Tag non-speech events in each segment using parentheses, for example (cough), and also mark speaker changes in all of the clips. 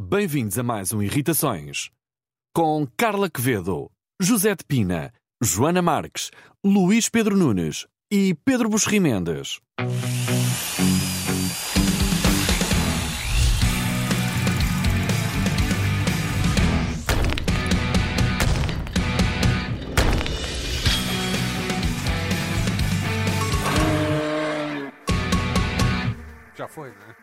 Speaker 1: Bem-vindos a mais um Irritações. Com Carla Quevedo, José de Pina, Joana Marques, Luís Pedro Nunes e Pedro Busri Mendes.
Speaker 2: Já foi, não é?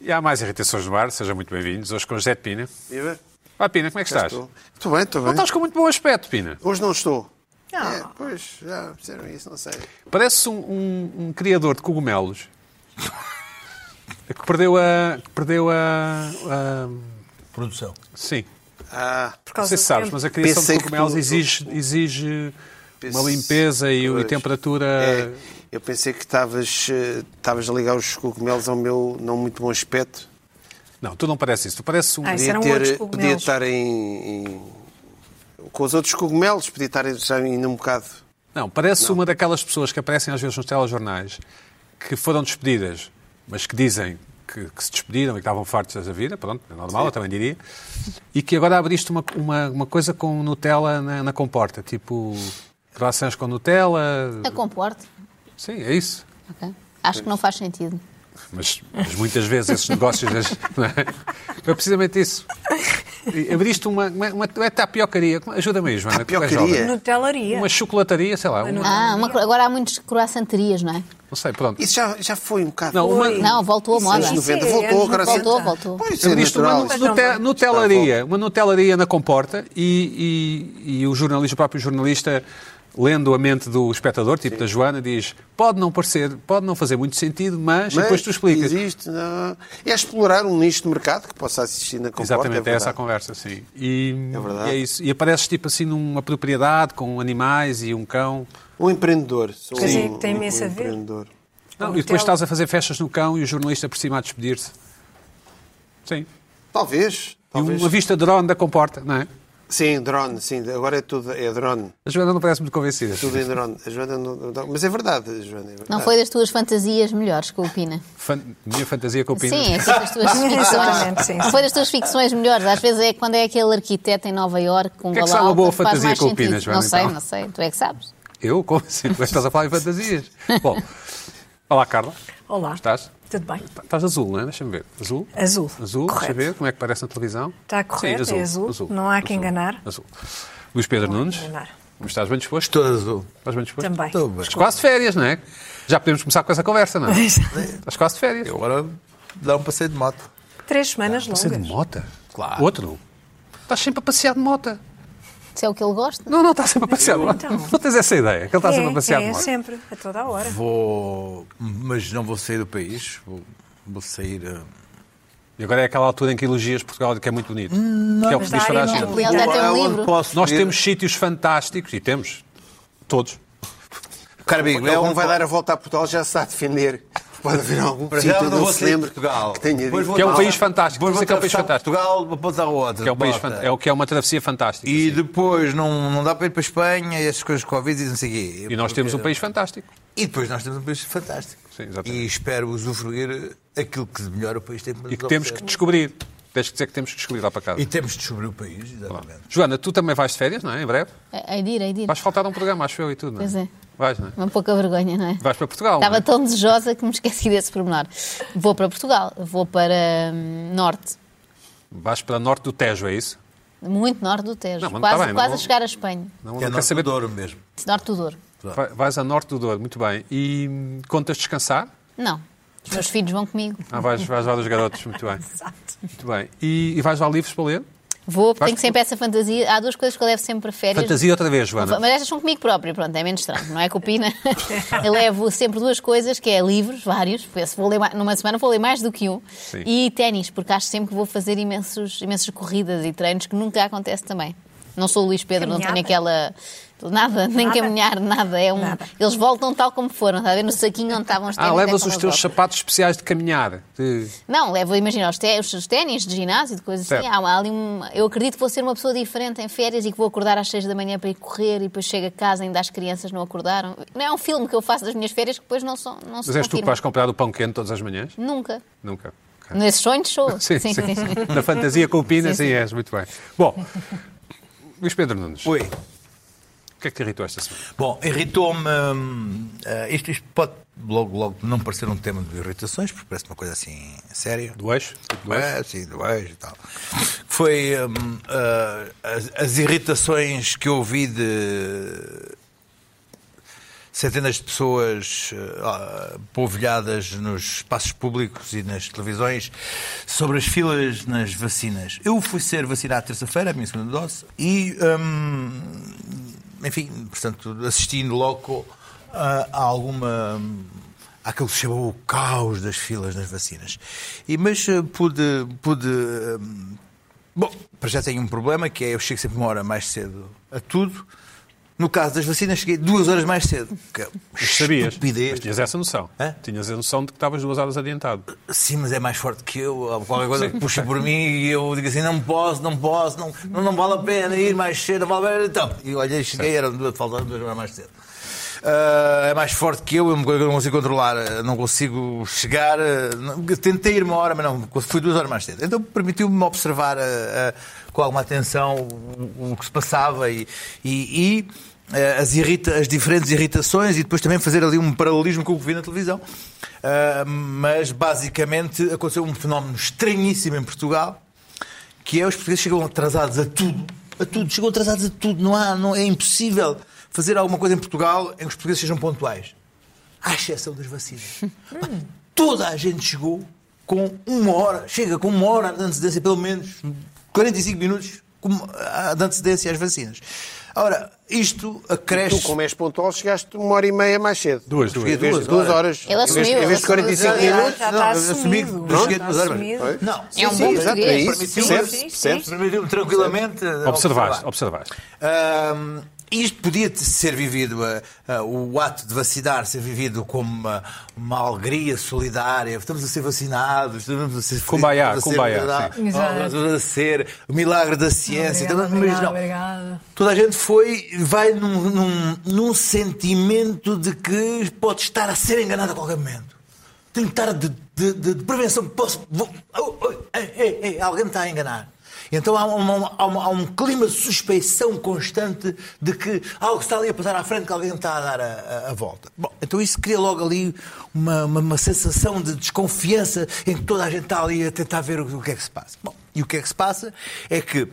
Speaker 2: E há mais irritações no ar, sejam muito bem-vindos. Hoje com José de Pina.
Speaker 3: Viva.
Speaker 2: Olá, Pina, como é que estás?
Speaker 3: Estou. Estou bem, estou
Speaker 2: Não
Speaker 3: bem.
Speaker 2: estás com muito bom aspecto, Pina.
Speaker 3: Então, Hoje não estou. É, pois, já fizeram isso, não sei.
Speaker 2: Parece um, um- um criador de cogumelos que perdeu a. que perdeu a. a-
Speaker 4: Produção.
Speaker 2: sim.
Speaker 3: Ah,
Speaker 5: Por
Speaker 2: Não
Speaker 5: causa
Speaker 2: sei se
Speaker 5: do
Speaker 2: sabes,
Speaker 5: tempo.
Speaker 2: mas a criação
Speaker 3: Pensei
Speaker 2: de
Speaker 3: que
Speaker 2: cogumelos
Speaker 3: tu- tu-
Speaker 2: exige, exige uma
Speaker 3: Pense-
Speaker 2: limpeza e, e
Speaker 3: Pois.
Speaker 2: temperatura.
Speaker 3: é, eu pensei que estavas eh, estavas a ligar os cogumelos ao meu não muito bom aspecto.
Speaker 2: Não, tu não parece isso. Tu parece um.
Speaker 5: Ah, isso
Speaker 3: Podia,
Speaker 5: eram outros
Speaker 3: ter,
Speaker 5: cogumelos.
Speaker 3: podia estar em, em- Com os outros cogumelos, podia estar já ainda um bocado.
Speaker 2: Não, parece uma daquelas pessoas que aparecem às vezes nos telejornais que foram despedidas, mas que dizem que, que se despediram e que estavam fartos da vida, pronto, é normal, eu também diria, e que agora abriste uma, uma, uma coisa com Nutella na, na comporta, tipo croissants com Nutella,
Speaker 6: A comporte.
Speaker 2: sim, é isso.
Speaker 6: É ok? Acho que não faz sentido.
Speaker 2: Mas, mas muitas vezes esses negócios... das- não é? É precisamente isso. E Abriste uma, uma, uma não é tapiocaria, ajuda-me aí, Joana, tu és
Speaker 3: Tapiocaria?
Speaker 2: jovem.
Speaker 5: Nutelaria.
Speaker 2: Uma chocolataria, sei lá, um-
Speaker 6: Ah, uma cro- agora há muitas croassanterias, não é?
Speaker 2: não sei, pronto.
Speaker 3: Isso já, já foi um bocado.
Speaker 2: Não, uma-
Speaker 6: Não, voltou a moda.
Speaker 3: anos 90.
Speaker 5: Sim,
Speaker 3: Voltou,
Speaker 5: anos
Speaker 3: agora sim.
Speaker 5: 90.
Speaker 6: Voltou, voltou.
Speaker 3: Pois,
Speaker 2: Eu
Speaker 3: é
Speaker 2: disse uma
Speaker 3: natural.
Speaker 2: nu- nute- nutelaria, uma nutelaria na comporta e, e- e o jornalista, o próprio jornalista, lendo a mente do espectador, tipo da Joana, diz pode não parecer, pode não fazer muito sentido, mas, e
Speaker 3: Mas
Speaker 2: depois tu explicas.
Speaker 3: Existe, não. É explorar um nicho de mercado que possa assistir na comporta.
Speaker 2: Exatamente, é,
Speaker 3: é
Speaker 2: essa a
Speaker 3: verdade.
Speaker 2: conversa, sim. E,
Speaker 3: É verdade.
Speaker 2: e isso. E apareces tipo assim numa propriedade com animais e um cão.
Speaker 3: Um empreendedor. Sou
Speaker 5: Pois é,
Speaker 3: um-
Speaker 5: tem imenso
Speaker 3: um
Speaker 5: a ver.
Speaker 3: empreendedor.
Speaker 2: Não,
Speaker 5: Um
Speaker 2: e depois
Speaker 5: hotel.
Speaker 2: estás a fazer festas no cão e o jornalista por cima a despedir-se. Sim.
Speaker 3: Talvez.
Speaker 4: um
Speaker 2: E
Speaker 3: talvez.
Speaker 2: uma vista drone da comporta, não é?
Speaker 3: Sim, drone, sim. Agora é tudo é drone.
Speaker 2: A Joana não parece muito convencida.
Speaker 3: Tudo em drone. A Joana não- não- Mas é verdade, Joana. É verdade.
Speaker 6: Não foi das tuas fantasias melhores com o Pina.
Speaker 2: Fan- Minha fantasia com o Pino.
Speaker 6: Sim, é assim das
Speaker 2: (laughs)
Speaker 6: tuas
Speaker 5: Exatamente,
Speaker 6: ficções.
Speaker 5: sim,
Speaker 6: Não foi das tuas ficções melhores. Às vezes é quando é aquele arquiteto em Nova Iorque com um
Speaker 2: O que é que
Speaker 6: balão.
Speaker 2: sabe uma boa
Speaker 6: faz
Speaker 2: fantasia
Speaker 6: mais
Speaker 2: com o
Speaker 6: sentido.
Speaker 2: Pina, Joana,
Speaker 6: Não sei,
Speaker 2: então?
Speaker 6: não sei. Tu é que sabes.
Speaker 2: Eu? Como assim? Tu estás a falar em fantasias? Bom, olá Carla.
Speaker 5: Olá.
Speaker 2: Como Estás?
Speaker 5: Tudo bem?
Speaker 2: Tá- Estás azul, não é? Deixa-me ver. Azul?
Speaker 5: Azul,
Speaker 2: Azul,
Speaker 5: correto.
Speaker 2: deixa eu ver como é que parece na televisão.
Speaker 5: Está correto, é azul. Não há que enganar.
Speaker 2: Azul. Luís Pedro Nunes.
Speaker 5: enganar.
Speaker 2: Como estás? Bem disposto?
Speaker 4: Estou azul.
Speaker 2: Estás bem disposto?
Speaker 5: Também.
Speaker 4: Estou bem.
Speaker 2: Estás quase de férias, não é? Já podemos começar com essa conversa,
Speaker 5: (laughs)
Speaker 2: não é? Estás quase de férias.
Speaker 4: Eu agora dar um passeio de moto.
Speaker 5: Três semanas
Speaker 2: Passeio de
Speaker 5: longas.
Speaker 2: mota? Claro. Outro? Estás sempre a passear de mota.
Speaker 6: Se é o que ele gosta.
Speaker 2: Não, não, estás sempre a passear de moto.
Speaker 5: Então.
Speaker 2: Não tens essa ideia, que ele está sempre a passear
Speaker 5: é,
Speaker 2: de
Speaker 5: é,
Speaker 2: moto.
Speaker 5: sempre, a toda a hora.
Speaker 4: Vou. Mas não vou sair do país. Vou, vou sair. eh,
Speaker 2: E agora é aquela altura em que elogias Portugal, que é muito bonito.
Speaker 4: Hum,
Speaker 2: Não, que é o que
Speaker 5: mas
Speaker 2: diz
Speaker 5: da
Speaker 2: toda a
Speaker 5: área
Speaker 2: gente.
Speaker 5: não.
Speaker 6: Ele até
Speaker 3: é
Speaker 6: tem um livro.
Speaker 4: Posso
Speaker 2: Nós
Speaker 4: ir-
Speaker 2: temos sítios fantásticos, e temos, todos.
Speaker 4: Carabigo,
Speaker 3: Ele
Speaker 4: eu
Speaker 3: não é vai
Speaker 4: posso-
Speaker 3: dar a volta a Portugal, já se está a defender. (laughs) Pode haver algum
Speaker 4: Para
Speaker 3: sítio
Speaker 4: já
Speaker 3: onde
Speaker 4: não vou
Speaker 3: se
Speaker 4: sair de
Speaker 3: lembra
Speaker 4: Portugal.
Speaker 3: que tenha
Speaker 4: Depois
Speaker 3: dito.
Speaker 4: vou
Speaker 2: Que é um
Speaker 4: atravessar-
Speaker 2: país fantástico.
Speaker 4: Depois
Speaker 2: Isso
Speaker 4: vou
Speaker 2: é que é um país
Speaker 4: atravessar
Speaker 2: fantástico.
Speaker 4: Portugal, uma ponta à outra.
Speaker 2: Que é, um país
Speaker 4: de moto.
Speaker 2: fan- é, o que é uma travessia fantástica.
Speaker 4: E
Speaker 2: sim.
Speaker 4: depois não, não dá para ir para a Espanha e essas coisas com Covid e não sei o quê.
Speaker 2: E nós temos um país fantástico.
Speaker 4: E depois nós temos um país fantástico.
Speaker 2: Sim, exatamente.
Speaker 4: e espero usufruir aquilo que de melhor o país tem para
Speaker 2: E
Speaker 4: nos
Speaker 2: que temos que
Speaker 4: oferecer.
Speaker 2: descobrir. Tens que dizer que temos que descobrir lá para casa.
Speaker 4: E temos de descobrir o país, exatamente.
Speaker 2: Joana, tu também vais de férias, não é? Em breve.
Speaker 6: É é de ir, é de ir.
Speaker 2: Vais faltar a um programa, acho eu, e tudo, não é?
Speaker 6: Pois é.
Speaker 2: Vais, não é?
Speaker 6: Uma pouca vergonha, não é?
Speaker 2: Vais para Portugal. não
Speaker 6: Estava
Speaker 2: é?
Speaker 6: tão desejosa que me esqueci desse pormenor. Vou para Portugal, vou para hum, Norte.
Speaker 2: Vais para norte do Tejo, é isso?
Speaker 6: Muito norte do Tejo,
Speaker 2: Não, mas
Speaker 6: quase,
Speaker 2: está bem,
Speaker 6: quase
Speaker 2: não-
Speaker 6: a chegar à Espanha.
Speaker 2: Não,
Speaker 4: Que é
Speaker 2: quero
Speaker 4: nosso Douro mesmo.
Speaker 6: Norte do Douro.
Speaker 2: Vai- Vais a norte do Douro, muito bem. E hum, contas descansar?
Speaker 6: Não, os meus filhos vão comigo.
Speaker 2: Ah, vais, vais lá dos garotos, muito bem. Muito bem. E, e vais lá livros para ler?
Speaker 6: Vou, porque
Speaker 2: Vais-
Speaker 6: tenho sempre essa fantasia. Há duas coisas que eu levo sempre para férias.
Speaker 2: Fantasia outra vez, Joana.
Speaker 6: Mas estas são comigo próprio, pronto, é menos estranho, não é copina? (laughs) Eu levo sempre duas coisas, que é livros, vários, porque se vou ler ma- numa semana vou ler mais do que um,
Speaker 2: Sim.
Speaker 6: e ténis, porque acho sempre que vou fazer imensos, imensas corridas e treinos que nunca acontece também. Não sou o Luís Pedro, não tenho aquela... Nada, nem caminhar, nada. É um... Eles voltam tal como foram, está a ver? No saquinho onde estavam os ténis.
Speaker 2: Ah,
Speaker 6: é
Speaker 2: levas
Speaker 6: como
Speaker 2: os
Speaker 6: eu
Speaker 2: teus
Speaker 6: volto.
Speaker 2: sapatos especiais de caminhar. de-
Speaker 6: Não, levo, imagina, os, té- os ténis de ginásio, de coisas assim.
Speaker 2: Certo.
Speaker 6: Há, há ali um, eu acredito que vou ser uma pessoa diferente em férias e que vou acordar às seis da manhã para ir correr e depois chego a casa ainda as crianças não acordaram. Não é um filme que eu faço das minhas férias que depois não, são, não se
Speaker 2: Mas és tu que
Speaker 6: confirma.
Speaker 2: vais comprar o pão quente todas as manhãs?
Speaker 6: Nunca.
Speaker 2: Nunca. Ok.
Speaker 6: Nesses sonhos
Speaker 2: (laughs)
Speaker 6: sou.
Speaker 2: Sim, sim. Na fantasia com o Pina,
Speaker 6: Sim,
Speaker 2: sim,
Speaker 6: sim.
Speaker 2: és, muito bem. Bom, Luís Pedro Nunes, o
Speaker 4: Oi.
Speaker 2: que é que te irritou esta semana?
Speaker 4: Bom, irritou-me. hum, ah, isto, isto pode logo, logo não parecer um tema de irritações, porque parece uma coisa assim séria.
Speaker 2: Do eixo? Do eixo?
Speaker 4: É, sim, do beijo e tal. Foi hum, ah, as, as irritações que eu ouvi de centenas de pessoas ah, polvilhadas nos espaços públicos e nas televisões sobre as filas nas vacinas. Eu fui ser vacinado terça-feira, a minha segunda dose, e hum, enfim, portanto, assistindo logo a alguma. àquilo que se chamou o caos das filas nas vacinas. E, mas eh, pude. pude hum, bom, para já tenho um problema que é eu chego sempre uma hora mais cedo a tudo. No caso das vacinas, cheguei duas horas mais cedo. Que é
Speaker 2: Sabias? Mas
Speaker 4: Estupidez.
Speaker 2: tinhas essa noção.
Speaker 4: Hã?
Speaker 2: Tinhas a noção de que estavas duas horas adiantado.
Speaker 4: Sim, mas é mais forte que eu. ou Qualquer coisa que puxa por mim e eu digo assim: não posso, não posso, não, não, não vale a pena ir mais cedo, não vale a pena. Então, e olha, cheguei, eram duas, faltavam duas horas mais cedo. Ah, é mais forte que eu, é uma coisa que eu não consigo controlar, eh, não consigo chegar. eh, não- tentei ir uma hora, mas não, fui duas horas mais cedo. Então permitiu-me observar eh, eh, com alguma atenção o, o que se passava e. e- e, eh, as, irrita- as diferentes irritações e depois também fazer ali um paralelismo com o que vi na televisão. Ah, mas basicamente aconteceu um fenómeno estranhíssimo em Portugal, que é os portugueses chegam atrasados a tudo, a tudo, chegam atrasados a tudo, não há, não é impossível fazer alguma coisa em Portugal em que os portugueses sejam pontuais, à exceção das vacinas. Pá, Toda a gente chegou com uma hora, chega com uma hora de antecedência, pelo menos 45 minutos com- ah, de antecedência às vacinas. Ora, isto acresce...
Speaker 3: Tu, como és pontual, chegaste uma hora e meia mais cedo.
Speaker 2: Duas,
Speaker 3: Em
Speaker 2: duas.
Speaker 3: vez de duas horas.
Speaker 6: Ele assumiu,
Speaker 3: Em vez- Em vez de
Speaker 6: ele
Speaker 3: 45
Speaker 5: assumiu.
Speaker 3: minutos.
Speaker 5: já está assumido.
Speaker 4: Não,
Speaker 5: Está assumido.
Speaker 4: não.
Speaker 6: É um bom
Speaker 3: exato, é
Speaker 6: português.
Speaker 3: isso.
Speaker 4: Permitiu-
Speaker 3: Percebes?
Speaker 5: Sim, sim.
Speaker 3: Percebes?
Speaker 4: Permitiu-me tranquilamente. eh,
Speaker 2: Observaste,
Speaker 4: observar.
Speaker 2: observaste.
Speaker 4: Ahm, isto podia ser vivido, eh, eh, o ato de vacinar ser vivido como uma, uma alegria solidária. Estamos a ser vacinados, estamos a ser
Speaker 2: Kumbaya,
Speaker 4: estamos a ser-
Speaker 2: kumbaya,
Speaker 4: estamos
Speaker 5: sim.
Speaker 4: a- Estamos a ser o milagre da ciência.
Speaker 5: Obrigada,
Speaker 4: Estamos- mas
Speaker 5: obrigada,
Speaker 4: não.
Speaker 5: obrigada.
Speaker 4: Toda a gente foi, vai num, num, num sentimento de que pode estar a ser enganado a qualquer momento. Tenho que estar de, de, de- de prevenção. Posso. vou- oh, oh, ei, ei, ei, alguém me está a enganar. Então há, uma- há uma- há um clima de suspeição constante de que algo está ali a passar à frente, que alguém me está a dar a, a- a volta. Bom, então isso cria logo ali uma, uma- uma sensação de desconfiança em que toda a gente está ali a tentar ver o, o que é que se passa. Bom, e o que é que se passa é que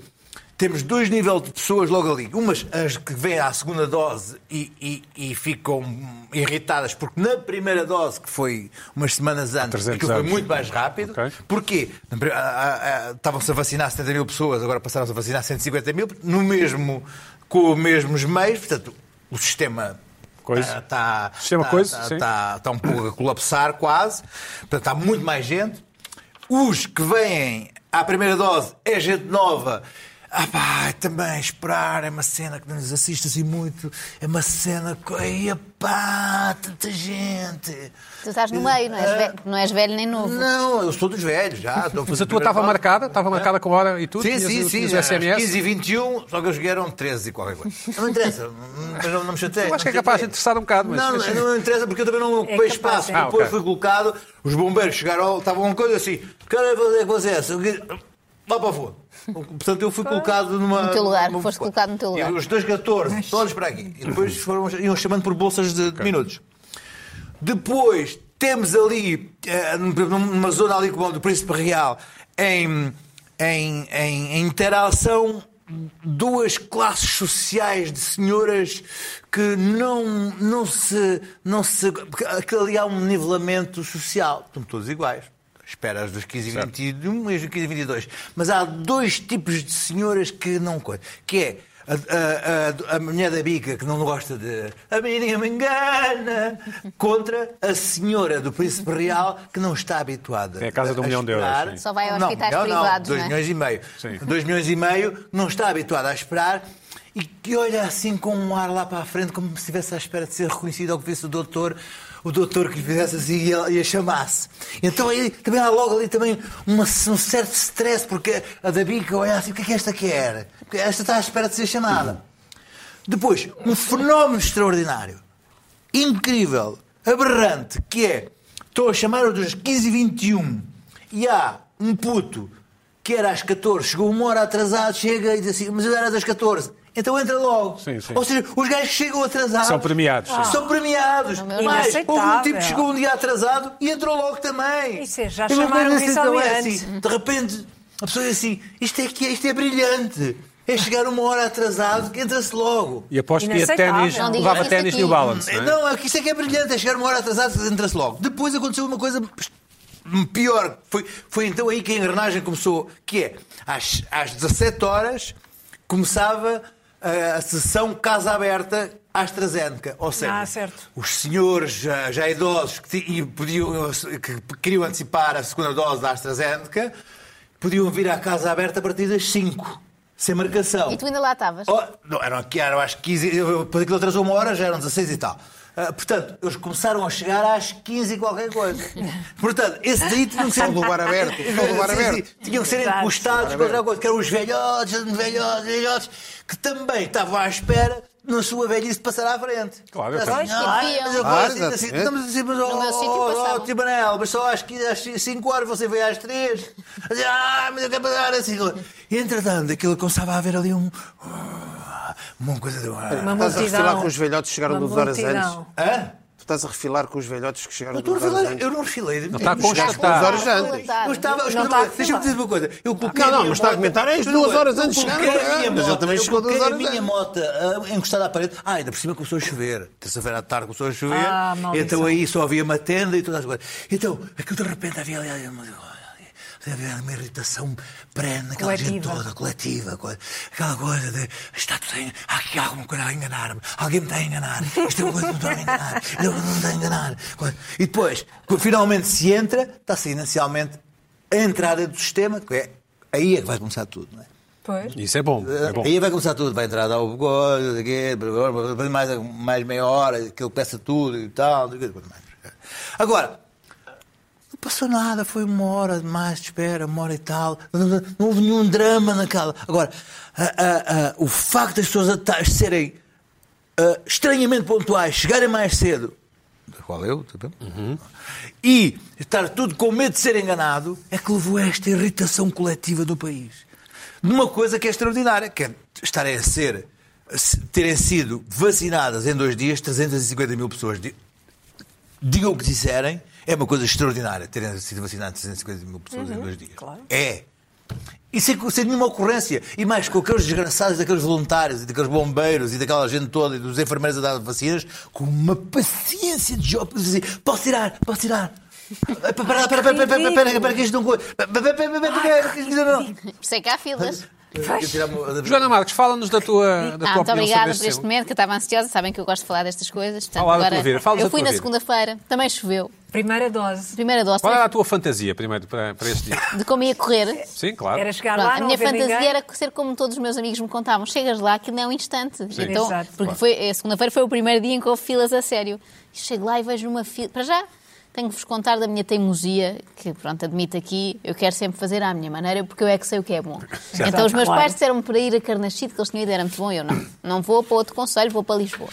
Speaker 4: temos dois níveis de pessoas logo ali. Umas as que vêm à segunda dose e, e- e ficam irritadas porque na primeira dose, que foi umas semanas antes,
Speaker 2: 300
Speaker 4: aquilo foi
Speaker 2: anos.
Speaker 4: muito mais rápido.
Speaker 2: Ok.
Speaker 4: Porquê? Na pri- a- a- a- Estavam-se a vacinar 70 mil pessoas, agora passaram-se a vacinar 150 mil, no mesmo, com os mesmos meios, portanto, o sistema
Speaker 2: Coisa.
Speaker 4: ah, está
Speaker 2: Sistema
Speaker 4: está-
Speaker 2: coisa,
Speaker 4: está-
Speaker 2: sim.
Speaker 4: está- está um pouco a colapsar quase, portanto há muito mais gente. Os que vêm à primeira dose é gente nova. Ah pá, também esperar, é uma cena que não nos assiste assim muito, é uma cena que... Ai, pá, tanta gente...
Speaker 6: Tu estás no meio, não és,
Speaker 4: Ah.
Speaker 6: velho, não és velho nem novo.
Speaker 4: Não, eu sou dos velhos já. estou
Speaker 2: Mas a tua estava marcada, estava marcada com hora e tudo?
Speaker 4: Sim,
Speaker 2: tinhas o-
Speaker 4: sim, sim.
Speaker 2: tinhas
Speaker 4: já
Speaker 2: o
Speaker 4: era às
Speaker 2: SMS?
Speaker 4: 15 e 21, só que eu cheguei eram 13 e qualquer coisa.
Speaker 2: (laughs)
Speaker 4: Não interessa, mas não, não me chatei.
Speaker 2: Eu acho que é capaz de interessar um bocado, mas-
Speaker 4: Não, não, não interessa porque eu também não ocupei
Speaker 5: capaz,
Speaker 4: espaço.
Speaker 5: é.
Speaker 4: Depois
Speaker 2: Ah, ok.
Speaker 4: foi colocado, os bombeiros chegaram, estavam uma coisa assim, quero fazer com acesso. Vá para fora. Portanto, eu fui
Speaker 5: Ah.
Speaker 4: colocado numa.
Speaker 6: No teu lugar,
Speaker 4: numa-
Speaker 6: foste colocado no teu lugar.
Speaker 4: E os dois 14, todos para aqui. E depois foram, iam chamando por bolsas de de minutos. Depois temos ali, eh, numa zona ali como a do Príncipe Real, em, em, em- em interação, duas classes sociais de senhoras que não, não se. Não se porque aquilo ali há um nivelamento social. Estão todos iguais. Espera as dos 15 e 21 e as dos 15 e 22. Mas há dois tipos de senhoras que não coisa. Que é a, a- a- a mulher da bica que não gosta de. A menina me engana! Contra a senhora do Príncipe Real que não está habituada.
Speaker 2: É a casa do milhão de euros,
Speaker 4: esperar-
Speaker 2: sim.
Speaker 6: Só vai aos
Speaker 4: Não,
Speaker 6: hospitais
Speaker 4: milhão não,
Speaker 6: privados,
Speaker 4: dois
Speaker 6: não é?
Speaker 4: milhões e meio.
Speaker 2: Sim.
Speaker 4: dois milhões e meio não está habituada a esperar e que olha assim com um ar lá para a frente, como se estivesse à espera de ser reconhecido ou que visse o doutor. O doutor que lhe fizesse assim e a- e a chamasse. Então aí também há logo ali também uma- um certo stress, porque a da bica olha assim, o que é que esta quer? Porque Esta está à espera de ser chamada. Depois, um fenómeno extraordinário, incrível, aberrante, que é: estou a chamar os dos 15 e 21 E há um puto que era às 14, chegou uma hora atrasado, chega e diz assim, mas eu era das 14. Então entra logo.
Speaker 2: Sim, sim.
Speaker 4: Ou seja, os gajos que chegam atrasados.
Speaker 2: São premiados, sim.
Speaker 4: São premiados.
Speaker 6: meu
Speaker 4: Mas
Speaker 5: Deus.
Speaker 4: houve um tipo
Speaker 5: Inaceitável.
Speaker 4: que chegou um dia atrasado e entrou logo também.
Speaker 5: Isso é, já
Speaker 4: Eu não
Speaker 5: chamaram
Speaker 4: conheço,
Speaker 5: isso ao
Speaker 4: então é
Speaker 5: Mirante.
Speaker 4: assim. De repente, a pessoa é assim, isto é que é, isto é brilhante. É chegar uma hora atrasado que entra-se logo.
Speaker 2: E aposto que ia
Speaker 5: Inaceitável.
Speaker 2: ténis,
Speaker 6: Não digas
Speaker 2: levava
Speaker 6: isso
Speaker 2: ténis
Speaker 6: aqui.
Speaker 2: New Balance.
Speaker 4: É,
Speaker 2: Não é?
Speaker 4: Não, é que isto é que é brilhante, é chegar uma hora atrasada entra-se logo. Depois aconteceu uma coisa pior, foi, foi então aí que a engrenagem começou, que é, às, às 17 horas começava a, a sessão Casa Aberta AstraZeneca, ou seja,
Speaker 5: Ah, certo.
Speaker 4: os senhores já, já idosos que, ti- e podiam, que queriam antecipar a segunda dose da AstraZeneca podiam vir à Casa Aberta a partir das 5, sem marcação.
Speaker 6: E tu ainda lá estavas.
Speaker 4: Oh, não, eram aqui, eram às 15, eu- eu- depois aquilo atrasou uma hora, já eram 16 e tal. Ah, portanto, eles começaram a chegar às 15 e qualquer
Speaker 6: (laughs)
Speaker 4: coisa. Portanto, esse daí tinham que ser.
Speaker 3: É um lugar aberto, é um lugar
Speaker 4: Sim, sim,
Speaker 3: aberto.
Speaker 4: Tinham que ser
Speaker 5: Exato.
Speaker 4: encostados contra a coisa, que eram os velhotes, velhotes, velhotes, que também estavam à espera, na sua velhice, de passar à frente.
Speaker 2: Claro, eu
Speaker 4: assim,
Speaker 2: também.
Speaker 4: ah,
Speaker 6: Pois,
Speaker 4: mas eu
Speaker 3: Ah,
Speaker 4: gosto disso, assim,
Speaker 3: exatamente.
Speaker 4: estamos assim, mas
Speaker 6: No meu sítio
Speaker 4: oh, oh,
Speaker 6: passavam.
Speaker 4: Tibanel, mas só às 15 às 5 horas você veio às 3. Ah, mas eu quero pagar assim. Entretanto, aquilo começava a haver ali um. Uma coisa de. um, ah,
Speaker 5: Uma
Speaker 3: Estás a refilar
Speaker 5: multidão.
Speaker 3: com os velhotes que chegaram
Speaker 5: Uma
Speaker 3: 12 horas
Speaker 5: multidão.
Speaker 3: antes.
Speaker 4: Hã?
Speaker 3: Tu estás a refilar com os velhotes que chegaram
Speaker 4: Eu estou a
Speaker 3: 12 horas
Speaker 4: refilar-
Speaker 3: antes.
Speaker 4: Eu não refilei. de mim.
Speaker 2: está a
Speaker 6: Estás
Speaker 2: constatar.
Speaker 6: lá,
Speaker 3: Duas horas
Speaker 6: estás
Speaker 3: antes.
Speaker 6: lá.
Speaker 4: Eu estava. eu
Speaker 5: Não
Speaker 4: estava-
Speaker 5: está a
Speaker 4: Deixa-me
Speaker 5: refilar.
Speaker 4: dizer uma coisa. Eu coloquei
Speaker 3: tá Não,
Speaker 4: a
Speaker 3: não,
Speaker 4: minha
Speaker 3: mas está a
Speaker 4: moto-
Speaker 3: comentar, é isto,
Speaker 4: Não,
Speaker 3: duas horas
Speaker 4: eu
Speaker 3: antes chegaram, é,
Speaker 4: coloquei a minha
Speaker 3: mas ele
Speaker 4: moto-
Speaker 3: também
Speaker 4: eu
Speaker 3: chegou duas horas
Speaker 4: coloquei a minha
Speaker 3: antes.
Speaker 4: moto ah, encostada à parede. Ah, ainda por cima começou a chover. Terça-feira à tarde começou a chover.
Speaker 5: Ah, maldição.
Speaker 4: então aí só havia uma tenda e todas as coisas. Então, aquilo de repente havia ali, ali uma... Havia uma irritação perene naquela gente
Speaker 5: Coletiva.
Speaker 4: toda, coletiva. coisa- Aquela coisa de está tudo em, há aqui alguma coisa a enganar-me, alguém me está a enganar, isto é uma coisa que me está a enganar, eu não me está a enganar. coisa- E depois, quando finalmente se entra, está-se inicialmente a entrada do sistema, que é aí é que vai começar tudo, não é?
Speaker 5: Pois.
Speaker 2: Isso é bom. É bom.
Speaker 4: Aí vai começar tudo, vai entrar dar o gol, depois mais, mais meia hora, que ele peça tudo e tal. não sei o quê, depois mais. Agora, não passou nada, foi uma hora de mais de espera, uma hora e tal. Não, não- não houve nenhum drama naquela. Agora, a- a- a- o facto das pessoas ata- serem ah, estranhamente pontuais, chegarem mais cedo, da qual eu também, e estar tudo com medo de ser enganado, é que levou a esta irritação coletiva do país. De uma coisa que é extraordinária, que é estarem a ser, a se- terem sido vacinadas em dois dias 350 mil pessoas. Di- Digam o que disserem, é uma coisa extraordinária terem sido vacinadas 350 mil pessoas em dois dias.
Speaker 5: Uhum, claro.
Speaker 4: É. E sem, sem nenhuma ocorrência. E mais, com aqueles desgraçados daqueles voluntários e daqueles bombeiros e daquela gente toda e dos enfermeiros a dar vacinas, com uma paciência de jovens. Assim, posso tirar,
Speaker 5: (laughs)
Speaker 4: posso tirar. Espera, espera, espera, espera, espera, espera, espera, que isto não... co- Espera, espera, espera, espera, espera, que isto não...
Speaker 6: Por isso é que há filas.
Speaker 4: Eu tirar-me-
Speaker 2: Joana Marques, fala-nos da tua, da
Speaker 6: Ah,
Speaker 2: tua
Speaker 6: muito
Speaker 2: opinião sobre
Speaker 6: obrigada
Speaker 2: este
Speaker 6: por este
Speaker 2: tema.
Speaker 6: momento, que eu estava ansiosa. Sabem que eu gosto de falar destas coisas. portanto,
Speaker 2: Fala da tua
Speaker 6: agora-
Speaker 2: vida, fala da
Speaker 6: Eu fui
Speaker 2: tua
Speaker 6: na
Speaker 2: vida.
Speaker 6: segunda-feira, também choveu.
Speaker 5: Primeira dose.
Speaker 6: Primeira dose
Speaker 2: Qual era a tua fantasia, primeiro, para, para este dia?
Speaker 6: de como ia correr.
Speaker 2: Sim, claro.
Speaker 5: Era É, chegar
Speaker 6: Pronto,
Speaker 5: lá,
Speaker 6: a
Speaker 5: não
Speaker 6: minha
Speaker 5: haver
Speaker 6: fantasia
Speaker 5: ninguém.
Speaker 6: era ser como todos os meus amigos me contavam. Chegas lá, aquilo não é um instante. Então,
Speaker 5: Exato.
Speaker 6: porque
Speaker 5: Claro.
Speaker 6: foi, a segunda-feira foi o primeiro dia em que houve filas a sério. E chego lá e vejo uma fila. Para já, tenho que vos contar da minha teimosia, que pronto, admito aqui, eu quero sempre fazer à minha maneira, porque eu é que sei o que é bom. Então, os meus
Speaker 5: Claro.
Speaker 6: pais disseram-me para ir a Carnachide, que eles tinham ido, era muito bom, e eu não. Não vou para outro conselho, vou para Lisboa.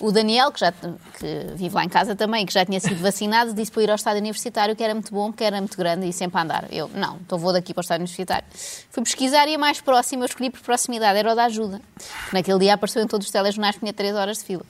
Speaker 6: O Daniel, que, já, que vive lá em casa também, que já tinha sido vacinado, disse para eu ir ao estádio universitário, que era muito bom, que era muito grande e sempre a andar. Eu, não, então vou daqui para o estádio universitário. Fui pesquisar e a mais próxima, eu escolhi por proximidade, era o da ajuda. Naquele dia apareceu em todos os telejornais que tinha três horas de fila.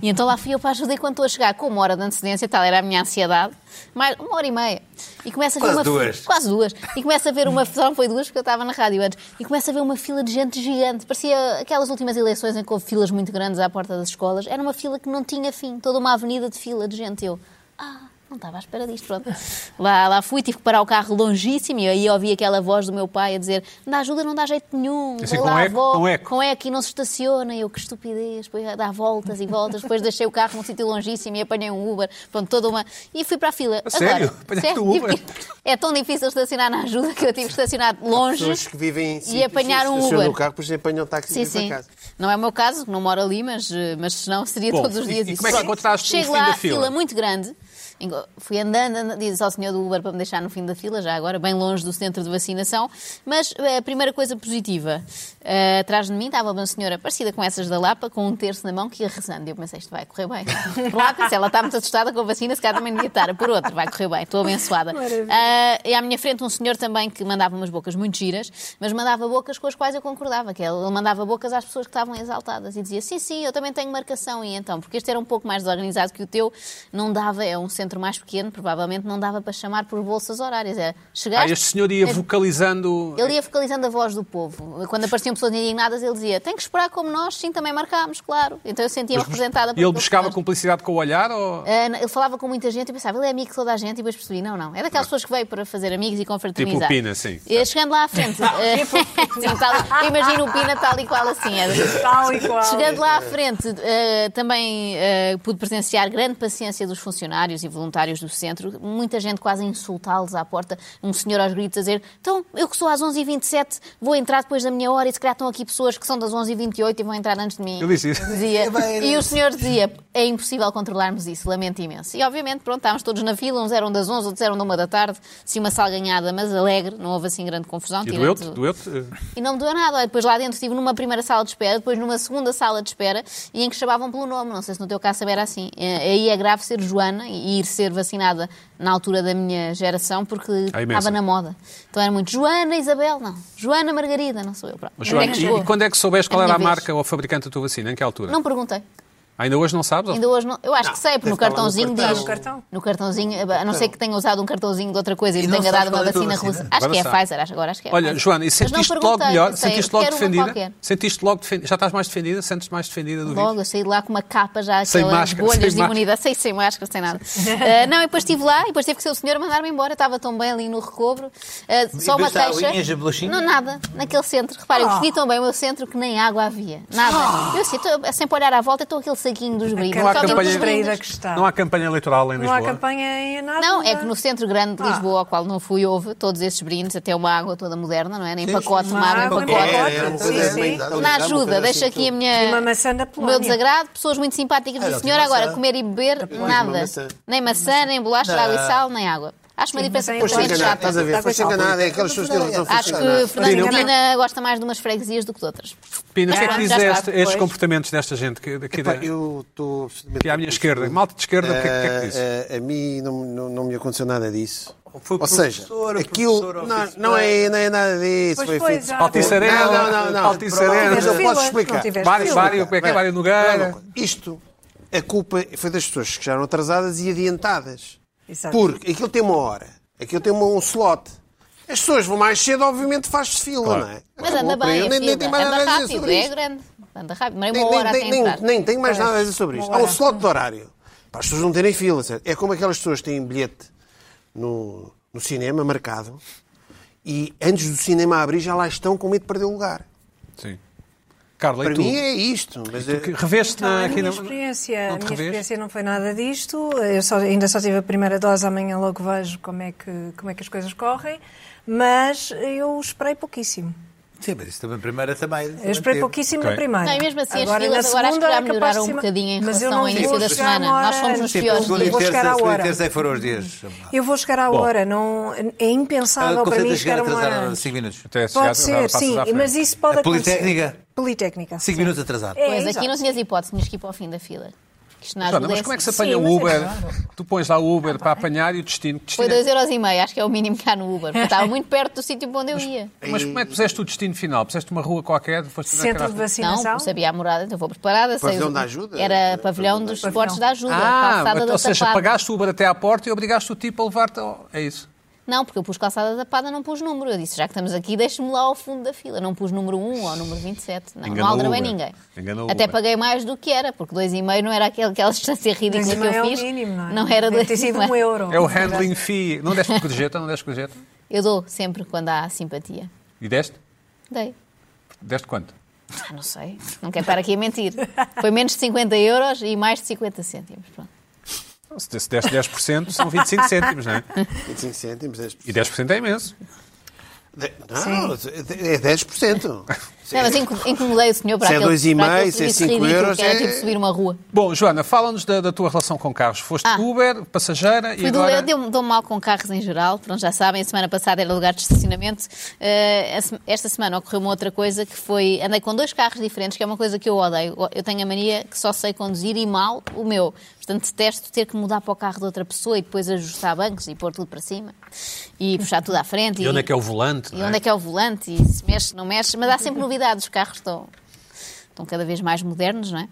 Speaker 6: E então lá fui eu para a ajuda e quando estou a chegar com uma hora de antecedência, tal era a minha ansiedade, mais uma hora e meia. E começa a ver
Speaker 4: Quase
Speaker 6: uma fi-
Speaker 4: duas.
Speaker 6: quase duas. E começa a ver uma. Só não foi duas porque eu estava na rádio antes. E começa a ver uma fila de gente gigante. Parecia aquelas últimas eleições em que houve filas muito grandes à porta das escolas. Era uma fila que não tinha fim. Toda uma avenida de fila de gente. Eu. Ah, não estava à espera disto. Pronto. Lá, lá fui, tive que parar o carro longíssimo e aí ouvi aquela voz do meu pai a dizer: não dá ajuda, não dá jeito nenhum.
Speaker 2: Assim,
Speaker 6: Vai
Speaker 2: com
Speaker 6: lá,
Speaker 2: eco,
Speaker 6: avó."
Speaker 2: com eco.
Speaker 6: com eco e não se estaciona. Eu, que estupidez, depois dá voltas e voltas. Depois deixei o carro num sítio longíssimo e apanhei um Uber. Pronto, toda uma. E fui para a fila.
Speaker 2: A sério?
Speaker 6: Agora,
Speaker 2: Apanhaste
Speaker 6: sério,
Speaker 2: o
Speaker 6: tive
Speaker 2: Uber?
Speaker 6: que- É tão difícil estacionar na ajuda que eu tive que estacionar longe.
Speaker 3: Pessoas que vivem em sítios
Speaker 6: apanhar
Speaker 3: que
Speaker 6: um
Speaker 3: estacionam
Speaker 6: Uber.
Speaker 3: no carro, depois apanham um táxi
Speaker 6: Sim,
Speaker 3: e vão
Speaker 6: sim.
Speaker 3: para casa.
Speaker 6: Não é o meu caso, que não moro ali, mas, eh, mas senão seria
Speaker 2: Bom,
Speaker 6: todos os
Speaker 2: e-
Speaker 6: dias
Speaker 2: e
Speaker 6: isso.
Speaker 2: como é que
Speaker 6: Pronto.
Speaker 2: encontraste o
Speaker 6: Chego
Speaker 2: fim
Speaker 6: lá,
Speaker 2: da
Speaker 6: fila.
Speaker 2: fila?
Speaker 6: muito grande. Engo- Fui andando, andando, diz ao senhor do Uber para me deixar no fim da fila, já agora, bem longe do centro de vacinação. Mas eh, a primeira coisa positiva, eh, atrás de mim estava uma senhora parecida com essas da Lapa, com um terço na mão, que ia rezando. E eu pensei, isto vai correr bem. (laughs) Por lá pensei, ela está muito assustada com a vacina, se calhar também devia estar. Por outro, vai correr bem, estou abençoada. Ah, e à minha frente um senhor também que mandava umas bocas muito giras, mas mandava bocas com as quais eu concordava, que é, ele ele mandava bocas às pessoas que estavam exaltadas e dizia, sim, sim, eu também tenho marcação. E então, porque este era um pouco mais desorganizado que o teu, não dava, é um centro mais pequeno, provavelmente não dava para chamar por bolsas horárias. Era,
Speaker 2: Ah,
Speaker 6: chegaste,
Speaker 2: este senhor ia
Speaker 6: é-
Speaker 2: vocalizando.
Speaker 6: ele ia focalizando a voz do povo. Quando apareciam pessoas indignadas, ele dizia: tem que esperar como nós, sim, também marcámos, claro. Então eu sentia-me representada por
Speaker 2: E ele
Speaker 6: aqueles
Speaker 2: buscava
Speaker 6: senhores.
Speaker 2: cumplicidade com o olhar ou.
Speaker 6: Ah, não, ele falava com muita gente e pensava, ele é amigo de toda a gente, e depois percebi, não, não. É daquelas pessoas que veio para fazer amigos e confraternizar.
Speaker 2: Tipo o Pina, sim.
Speaker 6: E, chegando lá à frente, (laughs) eh, sim, tal- imagino o Pina tal e qual assim. é.
Speaker 5: Tal e qual.
Speaker 6: Chegando
Speaker 2: É.
Speaker 6: lá à frente, eh, também eh, pude presenciar grande paciência dos funcionários e voluntários do centro, muita gente quase a insultá-los à porta, um senhor aos gritos a dizer então, eu que sou às 11h27, vou entrar depois da minha hora e se calhar estão aqui pessoas que são das 11h28 e vão entrar antes de mim.
Speaker 2: Ele disse isso.
Speaker 6: (laughs) Dizia.
Speaker 4: É bem-
Speaker 6: E o senhor dizia, é impossível controlarmos isso, lamento imenso. E obviamente, pronto, estávamos todos na fila, uns eram das 11, outros eram da 1 da tarde, sim uma salganhada, mas alegre, não houve assim grande confusão.
Speaker 2: E
Speaker 6: tirando-
Speaker 2: doeu-te? Doeu-te?
Speaker 6: e não me doeu nada. Olha, Depois lá dentro estive numa primeira sala de espera, depois numa segunda sala de espera e em que chamavam pelo nome. Não sei se no teu caso era assim. Eh, Aí é grave ser Joana e ir ser vacinada na altura da minha geração porque
Speaker 2: Há imensa.
Speaker 6: estava na moda. Então era muito Joana Isabel, não. Joana Margarida, não sou eu. Pronto.
Speaker 2: Mas, Joana,
Speaker 6: Onde é que
Speaker 2: e,
Speaker 6: chegou?
Speaker 2: e quando é que soubeste qual
Speaker 6: É a
Speaker 2: era a
Speaker 6: minha vez.
Speaker 2: marca ou a fabricante da tua vacina? Em que altura?
Speaker 6: Não perguntei.
Speaker 2: Ainda hoje não sabes?
Speaker 6: Ainda hoje não. Eu acho que sei, porque no
Speaker 3: deve estar lá no
Speaker 6: cartãozinho
Speaker 3: cartão.
Speaker 6: diz.
Speaker 5: No cartão.
Speaker 6: No cartãozinho, a não ser que tenha usado um cartãozinho de outra coisa e,
Speaker 4: E não
Speaker 6: tenha
Speaker 4: sabes
Speaker 6: dado uma
Speaker 4: qual é a tua
Speaker 6: vacina
Speaker 4: vacina?
Speaker 6: russa. Acho
Speaker 2: Agora
Speaker 6: que é
Speaker 2: sabe.
Speaker 6: Pfizer, acho que agora acho que é.
Speaker 2: Olha,
Speaker 6: Pfizer.
Speaker 2: Joana, e
Speaker 6: Mas não
Speaker 2: sentiste logo
Speaker 6: perguntei,
Speaker 2: melhor?
Speaker 6: pensei,
Speaker 2: Sentiste
Speaker 6: eu
Speaker 2: logo
Speaker 6: quero uma
Speaker 2: defendida?
Speaker 6: qualquer.
Speaker 2: Sentiste logo defendida? Já estás mais defendida? Sentes mais defendida do
Speaker 6: Logo,
Speaker 2: vírus?
Speaker 6: eu saí de lá com uma capa já,
Speaker 2: Sem
Speaker 6: aquelas
Speaker 2: máscara,
Speaker 6: bolhas
Speaker 2: sem
Speaker 6: de imunidade, sem, sem máscara, sem nada. (laughs) Ah, não, e depois estive lá e depois teve que ser o senhor a mandar-me embora, estava tão bem ali no recobro. Ah, só uma
Speaker 4: basta
Speaker 6: queixa.
Speaker 4: aguinhas, a bolachinha?
Speaker 6: Não, nada, naquele centro. Reparem, eu curti tão bem o meu centro que nem água havia. Nada. Eu assim, estou sempre a olhar à volta, estou aquele saquinho dos brindes.
Speaker 5: Aquela
Speaker 6: só vimos os
Speaker 2: campanha-
Speaker 5: distraída
Speaker 6: brindes.
Speaker 5: que está.
Speaker 2: Não há campanha eleitoral em
Speaker 5: Não há
Speaker 2: Lisboa?
Speaker 5: campanha em nada.
Speaker 6: Não, é que no centro grande de
Speaker 5: Ah.
Speaker 6: Lisboa, ao qual não fui, houve todos esses brindes, até uma água toda moderna, não é? Nem pacote, uma
Speaker 5: Uma
Speaker 6: água em
Speaker 5: água em
Speaker 6: pacote.
Speaker 5: pacote,
Speaker 3: É, é uma
Speaker 5: sim,
Speaker 3: coisa
Speaker 5: sim.
Speaker 3: bem dada.
Speaker 6: Na
Speaker 3: Dá uma
Speaker 6: ajuda,
Speaker 3: coisa
Speaker 6: deixa
Speaker 3: assim,
Speaker 6: aqui a
Speaker 3: tu-
Speaker 6: minha,
Speaker 5: Uma maçã da
Speaker 6: o meu
Speaker 5: Polónia.
Speaker 6: desagrado, pessoas muito simpáticas
Speaker 4: Era
Speaker 6: do
Speaker 4: o
Speaker 6: senhor
Speaker 4: que
Speaker 6: agora,
Speaker 4: maçã.
Speaker 6: comer e beber,
Speaker 3: uma
Speaker 6: nada.
Speaker 3: maçã.
Speaker 6: Nem maçã, nem bolacha de água e sal, nem água. Acho uma
Speaker 5: Sim,
Speaker 6: diferença
Speaker 5: mas é
Speaker 3: Foste
Speaker 5: importante.
Speaker 6: completamente
Speaker 3: enganado,
Speaker 6: chata.
Speaker 3: estás a ver?
Speaker 5: Dá
Speaker 3: Foste
Speaker 5: coisa
Speaker 3: enganado, é aquelas pessoas que têm razão, foste
Speaker 6: Acho
Speaker 3: enganado.
Speaker 6: que Fernando
Speaker 5: Sim, não.
Speaker 6: Pina gosta mais de umas freguesias do que de outras.
Speaker 2: Pina, o que é que
Speaker 6: Ah, já
Speaker 2: dizes a
Speaker 6: está,
Speaker 2: este- a estes
Speaker 6: pois.
Speaker 2: comportamentos desta gente? Que, daqui
Speaker 3: Pá,
Speaker 2: da-
Speaker 3: Eu estou absolutamente.
Speaker 2: que é à minha esquerda. Malta de esquerda, o que, é- o que é que dizes?
Speaker 3: Ah, ah, a mim não, não, não me aconteceu nada disso.
Speaker 4: Foi
Speaker 3: Ou seja,
Speaker 4: professora,
Speaker 3: aquilo
Speaker 4: professora,
Speaker 3: não,
Speaker 4: office
Speaker 3: não, é, não é nada disso.
Speaker 5: Pois
Speaker 3: foi
Speaker 5: foi,
Speaker 3: feito.
Speaker 5: já.
Speaker 2: Altice Arena,
Speaker 3: Não, não, não, não.
Speaker 2: Altice
Speaker 3: Pronto,
Speaker 2: Arena.
Speaker 3: Mas eu
Speaker 5: Não
Speaker 3: posso
Speaker 5: tiveste
Speaker 3: explicar.
Speaker 5: fila, não
Speaker 2: Vários,
Speaker 5: Explica.
Speaker 2: vários, como é que é Vário Nogueira?
Speaker 3: Isto, a culpa foi das pessoas que chegaram atrasadas e adiantadas.
Speaker 5: Exato.
Speaker 3: Porque aquilo tem uma hora, aquilo tem uma- um slot. As pessoas vão mais cedo, obviamente faz-se fila, não é?
Speaker 6: Mas
Speaker 3: Não,
Speaker 6: anda
Speaker 3: para eu
Speaker 6: bem, a
Speaker 3: nem, nem
Speaker 6: fila.
Speaker 3: tenho mais
Speaker 6: anda
Speaker 3: nada a dizer
Speaker 6: rápido,
Speaker 3: sobre
Speaker 6: é
Speaker 3: isto.
Speaker 6: grande. Anda rápido, demorei
Speaker 3: Nem,
Speaker 6: uma hora até
Speaker 3: nem, nem,
Speaker 6: entrar.
Speaker 3: nem tenho mais nada a dizer sobre
Speaker 5: uma
Speaker 3: isto. Há um
Speaker 5: hora.
Speaker 3: slot de horário. Para as pessoas não terem fila. certo? É como aquelas pessoas que têm bilhete no, no cinema marcado e antes do cinema abrir já lá estão com medo de perder o lugar.
Speaker 2: Sim. Carla,
Speaker 3: Para
Speaker 2: e tu?
Speaker 3: mim é isto. Mas eh,
Speaker 2: Que reveste na, Ah,
Speaker 5: Então, é a
Speaker 2: aqui
Speaker 5: minha
Speaker 2: na...
Speaker 5: experiência,
Speaker 2: não te
Speaker 5: a minha
Speaker 2: revês?
Speaker 5: experiência não foi nada disto. Eu só- ainda só tive a primeira dose, amanhã logo vejo como é que, como é que as coisas correm. Mas eu esperei pouquíssimo.
Speaker 4: Sim, mas isso também, primeira também.
Speaker 5: Eu esperei pouquíssimo
Speaker 2: Ok.
Speaker 5: na primeira.
Speaker 6: Não, e mesmo assim, as
Speaker 5: agora,
Speaker 6: filas
Speaker 5: na
Speaker 6: agora acho que
Speaker 5: segunda
Speaker 6: já
Speaker 5: é capaz
Speaker 6: melhoraram
Speaker 5: de ser
Speaker 6: um
Speaker 5: uma-
Speaker 6: bocadinho em
Speaker 5: mas eu
Speaker 6: relação
Speaker 5: não
Speaker 6: ao
Speaker 5: vou
Speaker 6: início da
Speaker 5: chegar
Speaker 6: semana.
Speaker 5: à
Speaker 6: Nós fomos
Speaker 5: hora.
Speaker 6: nos
Speaker 5: Sim,
Speaker 6: piores
Speaker 5: segunda
Speaker 6: dias.
Speaker 5: é vou chegar à hora. Uhum.
Speaker 4: terça é que foram os dias.
Speaker 5: Eu vou chegar à hora. Não, é
Speaker 4: Ah,
Speaker 5: impensável para mim chegar a uma hora.
Speaker 4: 5 minutos. é
Speaker 2: Até se chegar
Speaker 5: Pode
Speaker 2: atrasado,
Speaker 5: ser,
Speaker 2: passas
Speaker 5: sim,
Speaker 2: à frente.
Speaker 5: mas isso pode
Speaker 4: A
Speaker 5: acontecer.
Speaker 4: Politécnica?
Speaker 5: Politécnica.
Speaker 4: 5 minutos atrasado.
Speaker 5: É,
Speaker 6: Pois
Speaker 5: exato.
Speaker 6: aqui não tinhas hipótese, tinhas que ir para o fim da fila. Isto na
Speaker 2: Joana,
Speaker 6: ajuda
Speaker 2: mas
Speaker 6: é
Speaker 2: como é que se
Speaker 6: assim.
Speaker 2: apanha
Speaker 5: Sim,
Speaker 2: o
Speaker 5: mas é
Speaker 2: Uber? Tu pões lá o Uber para apanhar e o destino. que destino
Speaker 6: Foi
Speaker 2: é-
Speaker 6: 2,5€, acho que é o mínimo que há no Uber, porque estava muito perto do sítio para onde eu ia.
Speaker 2: Mas como é que puseste o destino final? Puseste uma rua qualquer? Foste
Speaker 5: Centro de
Speaker 6: Não, é
Speaker 5: vacinação.
Speaker 6: eu sabia a morada, então vou preparada. sei-
Speaker 3: Pavilhão da Ajuda?
Speaker 6: Era pavilhão dos esportes da ajuda,
Speaker 2: Ah,
Speaker 6: calçada da
Speaker 2: ou seja,
Speaker 6: tapada.
Speaker 2: pagaste o Uber até à porta e obrigaste o tipo a levar-te. ao- É isso.
Speaker 6: Não, porque eu pus calçada tapada, não pus número. Eu disse, já que estamos aqui, deixe-me lá ao fundo da fila. Não pus número 1 ou número 27. Não,
Speaker 2: Enganou
Speaker 6: não aldra bem
Speaker 2: o Uber.
Speaker 6: ninguém.
Speaker 2: Enganou o
Speaker 6: Até
Speaker 2: Uber.
Speaker 6: paguei mais do que era, porque 2,5 não era aquele, aquela distância ridícula
Speaker 5: Mas
Speaker 6: que
Speaker 5: não
Speaker 6: eu
Speaker 5: é o
Speaker 6: fiz.
Speaker 5: mínimo, não é?
Speaker 6: era
Speaker 5: Deve ter sido
Speaker 6: 2,5.
Speaker 5: um euro.
Speaker 2: É o handling fee. Não deste corjeta? Não deste corjeta?
Speaker 6: Eu dou sempre quando há simpatia.
Speaker 2: E deste?
Speaker 6: Dei.
Speaker 2: Deste quanto?
Speaker 6: Ah, não sei. Não quero estar aqui a mentir. Foi menos de 50 euros e mais de 50 cêntimos. Pronto.
Speaker 2: Se desse- deste 10%, são 25 cêntimos, não é?
Speaker 3: 25 cêntimos, 10%.
Speaker 2: E 10% é imenso.
Speaker 3: De- Não, é
Speaker 2: (laughs)
Speaker 3: 10%.
Speaker 6: Não, mas inco- incomodei o senhor para
Speaker 3: Se é
Speaker 6: aquele,
Speaker 3: dois e
Speaker 6: para aquele
Speaker 3: meio, se é
Speaker 6: serviço
Speaker 3: cinco
Speaker 6: ridículo
Speaker 3: euros,
Speaker 6: que era
Speaker 3: é-
Speaker 6: tipo subir uma rua.
Speaker 2: Bom, Joana, fala-nos da, da tua relação com carros. Foste
Speaker 6: Ah.
Speaker 2: Uber, passageira e
Speaker 6: Fui do,
Speaker 2: agora...
Speaker 6: eu deu- dou mal com carros em geral, pronto, já sabem, a semana passada era lugar de estacionamento. Eh, a se- esta semana ocorreu uma outra coisa que foi. Andei com dois carros diferentes, que é uma coisa que eu odeio. Eu tenho a mania que só sei conduzir e mal o meu. Portanto, detesto ter que mudar para o carro de outra pessoa e depois ajustar bancos e pôr tudo para cima e puxar tudo à frente.
Speaker 2: E onde é que é o volante?
Speaker 6: um E
Speaker 2: não é?
Speaker 6: onde é que é o volante? E se mexe, não mexe? Mas há sempre novidades, os carros estão, estão cada vez mais modernos, não é?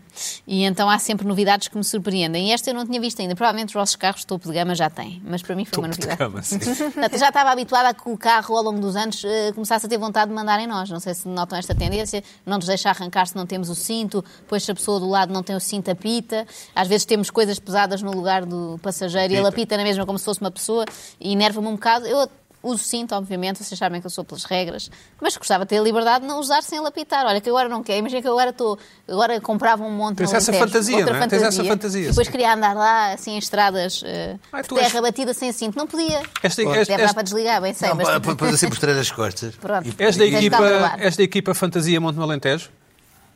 Speaker 6: E então há sempre novidades que me surpreendem. E esta eu não tinha visto ainda. Provavelmente os vossos carros topo de gama já têm, mas para mim foi uma
Speaker 2: Topo de
Speaker 6: novidade.
Speaker 2: gama, sim.
Speaker 6: (laughs) Portanto, já estava habituada a que o carro, ao longo dos anos, eh, começasse a ter vontade de mandar em nós. Não sei se notam esta tendência, não nos deixa arrancar se não temos o cinto, pois se a pessoa do lado não tem o cinto, apita. Às vezes temos coisas pesadas no lugar do passageiro e ele apita na mesma como se fosse uma pessoa e enerva-me um bocado. Eu uso cinto, obviamente, vocês sabem que eu sou pelas regras, mas gostava de ter a liberdade de não usar sem ele apitar. Olha, que agora não quer. Imagina que eu agora estou, agora comprava um monte
Speaker 2: Tens
Speaker 6: no
Speaker 2: essa
Speaker 6: Alentejo,
Speaker 2: fantasia,
Speaker 6: outra
Speaker 2: não é? Tens essa fantasia,
Speaker 6: E depois
Speaker 2: sim.
Speaker 6: queria andar lá, assim, em estradas eh,
Speaker 2: Ai,
Speaker 6: de
Speaker 2: tu
Speaker 6: terra
Speaker 2: és-
Speaker 6: batida sem cinto. Não podia.
Speaker 2: Esta-
Speaker 6: Deve
Speaker 2: esta-
Speaker 6: dar
Speaker 2: esta-
Speaker 6: para desligar, bem sei,
Speaker 4: Não,
Speaker 6: mas... tipo,
Speaker 4: para- para para assim mostrar as
Speaker 5: (laughs)
Speaker 6: (laughs)
Speaker 4: costas.
Speaker 6: Pronto.
Speaker 4: E-
Speaker 2: És da,
Speaker 6: Tens de
Speaker 2: equipa,
Speaker 6: aprovar.
Speaker 2: és da equipa Fantasia Monte no Alentejo?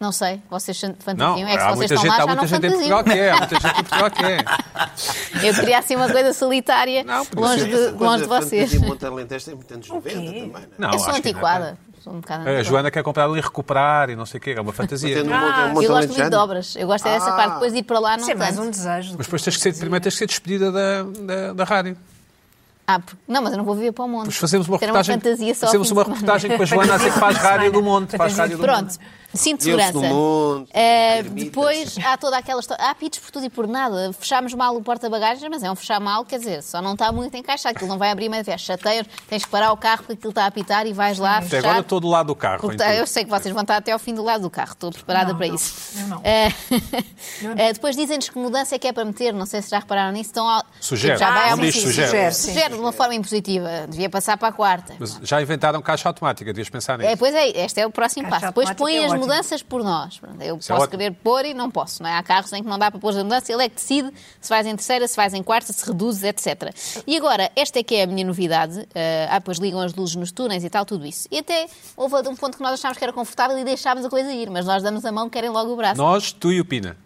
Speaker 6: Não sei, vocês fantasiam.
Speaker 2: Não,
Speaker 6: é que se
Speaker 2: há
Speaker 6: vocês
Speaker 2: muita
Speaker 6: estão
Speaker 2: gente,
Speaker 6: lá,
Speaker 2: há
Speaker 6: já
Speaker 2: muita
Speaker 6: não
Speaker 2: gente em Portugal
Speaker 6: fantasiam.
Speaker 2: que
Speaker 6: (laughs)
Speaker 2: é. Há muita gente em Portugal que é.
Speaker 6: Eu queria assim uma coisa solitária,
Speaker 2: Não, podia
Speaker 6: longe,
Speaker 2: ser.
Speaker 6: de, longe de vocês.
Speaker 3: Montalentejo tem um muitos anos 90 também, não é?
Speaker 2: Não,
Speaker 6: eu sou
Speaker 2: acho que não.
Speaker 6: antiquada. Sou um bocado
Speaker 2: A
Speaker 6: antiquada.
Speaker 2: Joana quer comprar ali e recuperar e não sei o quê. É uma fantasia.
Speaker 3: Tem no
Speaker 2: Mas
Speaker 3: um Monte-
Speaker 5: eu
Speaker 6: Ah, Eu
Speaker 3: Montalentejano.
Speaker 6: gosto muito de obras. Eu gosto dessa parte. Depois de ir para lá, não
Speaker 5: Isso é mais
Speaker 6: tanto.
Speaker 5: um desejo. do que
Speaker 2: depois tens que ser, primeiro tens que ser despedida da, da, da rádio.
Speaker 6: Ah, porque- Não, mas eu não vou viver para o mundo.
Speaker 2: Depois fazemos uma
Speaker 6: Ter uma
Speaker 2: reportagem.
Speaker 6: fantasia só ao
Speaker 2: fazemos
Speaker 6: fim
Speaker 2: uma
Speaker 6: de semana.
Speaker 2: reportagem com a Joana a dizer que faz rádio do monte. Faz rádio do mundo.
Speaker 6: Pronto, cinto de
Speaker 3: Deus
Speaker 6: segurança.
Speaker 3: do mundo,
Speaker 6: Eh,
Speaker 3: ermitas.
Speaker 6: depois há toda aquela história. Há pitos por tudo e por nada. Fechámos mal o porta-bagagens, mas é um fechar mal, quer dizer, só não está muito encaixado. Aquilo não vai abrir, mas é chateiro. Tens que parar o carro porque aquilo está a apitar e vais lá
Speaker 2: Até
Speaker 6: fechar.
Speaker 2: agora estou do lado do carro.
Speaker 6: Porque
Speaker 2: em
Speaker 6: tá-
Speaker 2: tudo.
Speaker 6: eu sei que vocês vão estar até ao fim do lado do carro, estou preparada
Speaker 5: Não,
Speaker 6: para
Speaker 5: não.
Speaker 6: isso.
Speaker 5: Eu não.
Speaker 6: Eh, (laughs) eh, depois dizem-nos que mudança é que é para meter, não sei se já repararam nisso. Estão ao-
Speaker 2: Sugere. um
Speaker 6: Já vai
Speaker 5: Ah,
Speaker 6: ao
Speaker 5: sim,
Speaker 2: diz
Speaker 5: sim,
Speaker 2: sugere.
Speaker 5: sugere, sim.
Speaker 6: Sugere de uma forma impositiva, devia passar para a quarta.
Speaker 2: Mas já inventaram caixa automática, devias pensar
Speaker 6: É,
Speaker 2: nisso.
Speaker 6: pois é, este é o próximo
Speaker 5: Caixa
Speaker 6: passo. Depois
Speaker 5: automática
Speaker 6: põe
Speaker 5: é
Speaker 6: as
Speaker 5: ótimo.
Speaker 6: mudanças por nós. Pronto, Eu
Speaker 2: é
Speaker 6: posso
Speaker 2: ótimo.
Speaker 6: querer pôr e não posso. Não é? Há carros em que não dá para pôr a mudança, ele é que decide se vais em terceira, se vais em quarta, se reduzes, etc. E agora, esta é que é a minha novidade. eh, ah, pois ligam as luzes nos túneis e tal, tudo isso. E até houve um ponto que nós achámos que era confortável e deixámos a coisa ir, mas nós damos a mão, querem logo o braço. Não,
Speaker 2: Nós, tu e o Pina.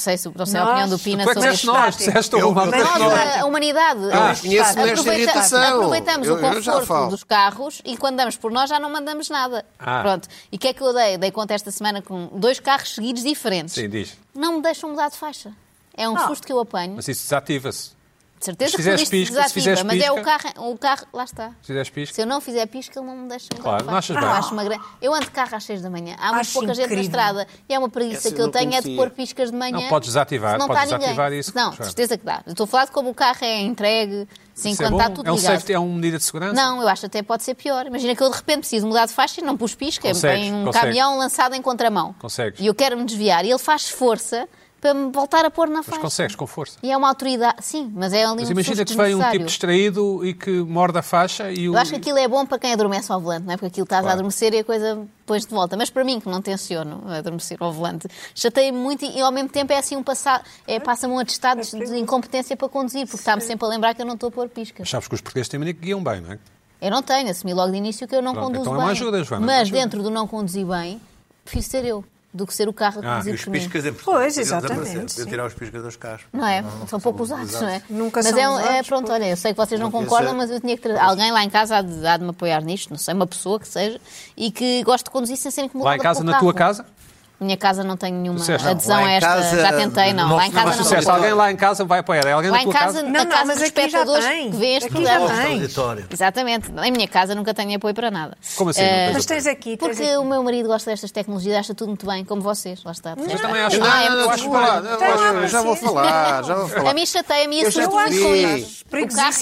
Speaker 6: sei, se, não sei
Speaker 5: Nós?
Speaker 6: a opinião do Pina
Speaker 2: Tu é que
Speaker 6: sobre
Speaker 2: disseste
Speaker 6: este
Speaker 2: nós,
Speaker 5: estático.
Speaker 2: disseste
Speaker 3: Eu-
Speaker 2: uma
Speaker 3: eu-
Speaker 2: outra
Speaker 6: nós,
Speaker 3: Não.
Speaker 2: nós.
Speaker 6: a- a humanidade.
Speaker 3: Ah,
Speaker 6: Os-
Speaker 3: conheço-me nesta
Speaker 6: aproveita-
Speaker 3: irritação.
Speaker 6: Aproveitamos
Speaker 3: Eu-
Speaker 6: o
Speaker 3: eu já falo.
Speaker 6: conforto dos carros e quando damos por nós já não mandamos nada.
Speaker 2: Ah.
Speaker 6: Pronto. E o que é que eu dei? Dei conta esta semana com dois carros seguidos diferentes.
Speaker 2: Sim, diz.
Speaker 6: Não me deixam mudar de faixa. É um susto que eu apanho.
Speaker 2: Mas isso desativa-se.
Speaker 6: de certeza
Speaker 2: se
Speaker 6: que
Speaker 2: fizeres
Speaker 6: tudo isto
Speaker 2: pisca, se
Speaker 6: desativa,
Speaker 2: fizeres
Speaker 6: mas é o
Speaker 2: pisca-
Speaker 6: carro, o carro. Lá está.
Speaker 2: Se fizeres pisca.
Speaker 6: Se eu não fizer pisca, ele não me deixa mudar
Speaker 2: Claro,
Speaker 6: de
Speaker 2: não
Speaker 6: faixa.
Speaker 2: achas bem?
Speaker 6: acho uma grande... Eu ando de carro às seis da manhã. Há muito
Speaker 5: Acho
Speaker 6: pouca gente na
Speaker 5: incrível.
Speaker 6: estrada. E é uma preguiça
Speaker 3: Essa eu
Speaker 6: que eu
Speaker 3: não
Speaker 6: tenho é de
Speaker 3: conhecia.
Speaker 6: pôr piscas de manhã.
Speaker 2: Não, podes desativar,
Speaker 6: se não
Speaker 2: podes
Speaker 6: está ninguém.
Speaker 2: desativar isso,
Speaker 6: Não,
Speaker 2: Joana.
Speaker 6: certeza que dá. Eu Estou a falar de como o carro é entregue, sim,
Speaker 2: Isso é
Speaker 6: quando
Speaker 2: bom?
Speaker 6: está tudo
Speaker 2: É um
Speaker 6: ligado.
Speaker 2: safety, é uma medida de segurança?
Speaker 6: Não, eu acho que até pode ser pior. Imagina que eu de repente preciso mudar de faixa e não pus pisca.
Speaker 2: Consegues,
Speaker 6: Tem um
Speaker 2: consegues.
Speaker 6: caminhão lançado em contramão.
Speaker 2: Consegues.
Speaker 6: E eu quero me desviar. E ele faz força para me voltar a pôr na
Speaker 2: Mas
Speaker 6: faixa.
Speaker 2: consegues, com força.
Speaker 6: E é uma autoridade. Sim, mas é ali
Speaker 2: Mas
Speaker 6: um
Speaker 2: imagina
Speaker 6: susto
Speaker 2: que vem um tipo
Speaker 6: desnecessário.
Speaker 2: distraído e que morde a faixa e o.
Speaker 6: Eu acho que aquilo é bom para quem adormece ao volante, não é? Porque aquilo estás a
Speaker 2: Claro.
Speaker 6: adormecer e a coisa pões de volta. Mas para mim, que não tenciono a adormecer ao volante, chateia-me muito e e ao mesmo tempo é assim um passado, é, passa-me um atestado de- de incompetência para conduzir, porque está-me sempre a lembrar que eu não estou a pôr piscas.
Speaker 2: Mas sabes que os portugueses têm mania que guiam bem, não é?
Speaker 6: Eu não tenho, assumi logo de início que eu não
Speaker 2: Pronto,
Speaker 6: conduzo
Speaker 2: então é
Speaker 6: bem.
Speaker 2: uma ajuda, Joana, é uma
Speaker 6: Mas
Speaker 2: ajuda.
Speaker 6: dentro do não conduzir bem, prefiro ser eu do que ser o carro a
Speaker 2: Ah,
Speaker 6: conduzir
Speaker 4: E os
Speaker 6: por mim.
Speaker 4: piscas é
Speaker 5: Pois,
Speaker 4: desaparecer.
Speaker 5: exatamente,
Speaker 4: Eu tirar os piscas dos carros.
Speaker 6: Não é? são pouco usados, não é?
Speaker 5: Nunca
Speaker 6: mas
Speaker 5: são
Speaker 6: é, um- é,
Speaker 5: usados,
Speaker 6: pronto,
Speaker 5: pois.
Speaker 6: olha, eu sei que vocês não
Speaker 3: Não
Speaker 2: é
Speaker 3: devia
Speaker 6: concordam,
Speaker 3: ser.
Speaker 6: mas eu tinha que trazer. Alguém lá em casa há de, há de me apoiar nisto, não sei, uma pessoa que seja, e que goste de conduzir sem ser
Speaker 2: Lá
Speaker 6: incomodada.
Speaker 2: em casa,
Speaker 6: pelo
Speaker 2: na tua
Speaker 6: carro.
Speaker 2: casa?
Speaker 6: Minha casa não tem nenhuma
Speaker 2: Sucesso.
Speaker 6: adesão
Speaker 4: Lá
Speaker 6: a
Speaker 4: em
Speaker 6: esta.
Speaker 4: casa,
Speaker 6: já tentei, não.
Speaker 4: não-
Speaker 6: Lá em casa
Speaker 4: não basta
Speaker 6: não.
Speaker 4: sucesso.
Speaker 2: Sucesso. Alguém lá em casa vai apoiar. É alguém
Speaker 6: Lá
Speaker 2: na
Speaker 6: em
Speaker 2: tua
Speaker 6: casa,
Speaker 2: casa?
Speaker 6: na
Speaker 5: Não,
Speaker 6: casa
Speaker 5: não, mas
Speaker 6: dos
Speaker 5: aqui já
Speaker 6: espectadores
Speaker 5: tem.
Speaker 6: que vêem este
Speaker 5: Aqui
Speaker 6: programa.
Speaker 4: é
Speaker 5: já tem.
Speaker 4: Auditório.
Speaker 6: Exatamente. Em minha casa nunca tenho apoio para nada.
Speaker 2: Como assim? não
Speaker 6: Eh,
Speaker 2: tens
Speaker 5: Mas
Speaker 2: apoio?
Speaker 5: tens aqui, tens
Speaker 6: Porque
Speaker 5: aqui.
Speaker 6: o meu marido gosta destas tecnologias, acha tudo muito bem, como vocês, lá está.
Speaker 2: Mas também acho
Speaker 3: Não,
Speaker 6: Ah, é
Speaker 3: não, não,
Speaker 6: muito
Speaker 3: acho
Speaker 6: bom.
Speaker 3: falar, não,
Speaker 5: Tem lá
Speaker 3: acho- já vou
Speaker 5: vocês.
Speaker 3: falar, Ah, já
Speaker 6: (laughs)
Speaker 3: vou
Speaker 6: A
Speaker 3: falar.
Speaker 6: mim chateia-me
Speaker 3: Eu
Speaker 6: isso.
Speaker 3: já
Speaker 6: Eu acho
Speaker 3: te vi.
Speaker 6: O carro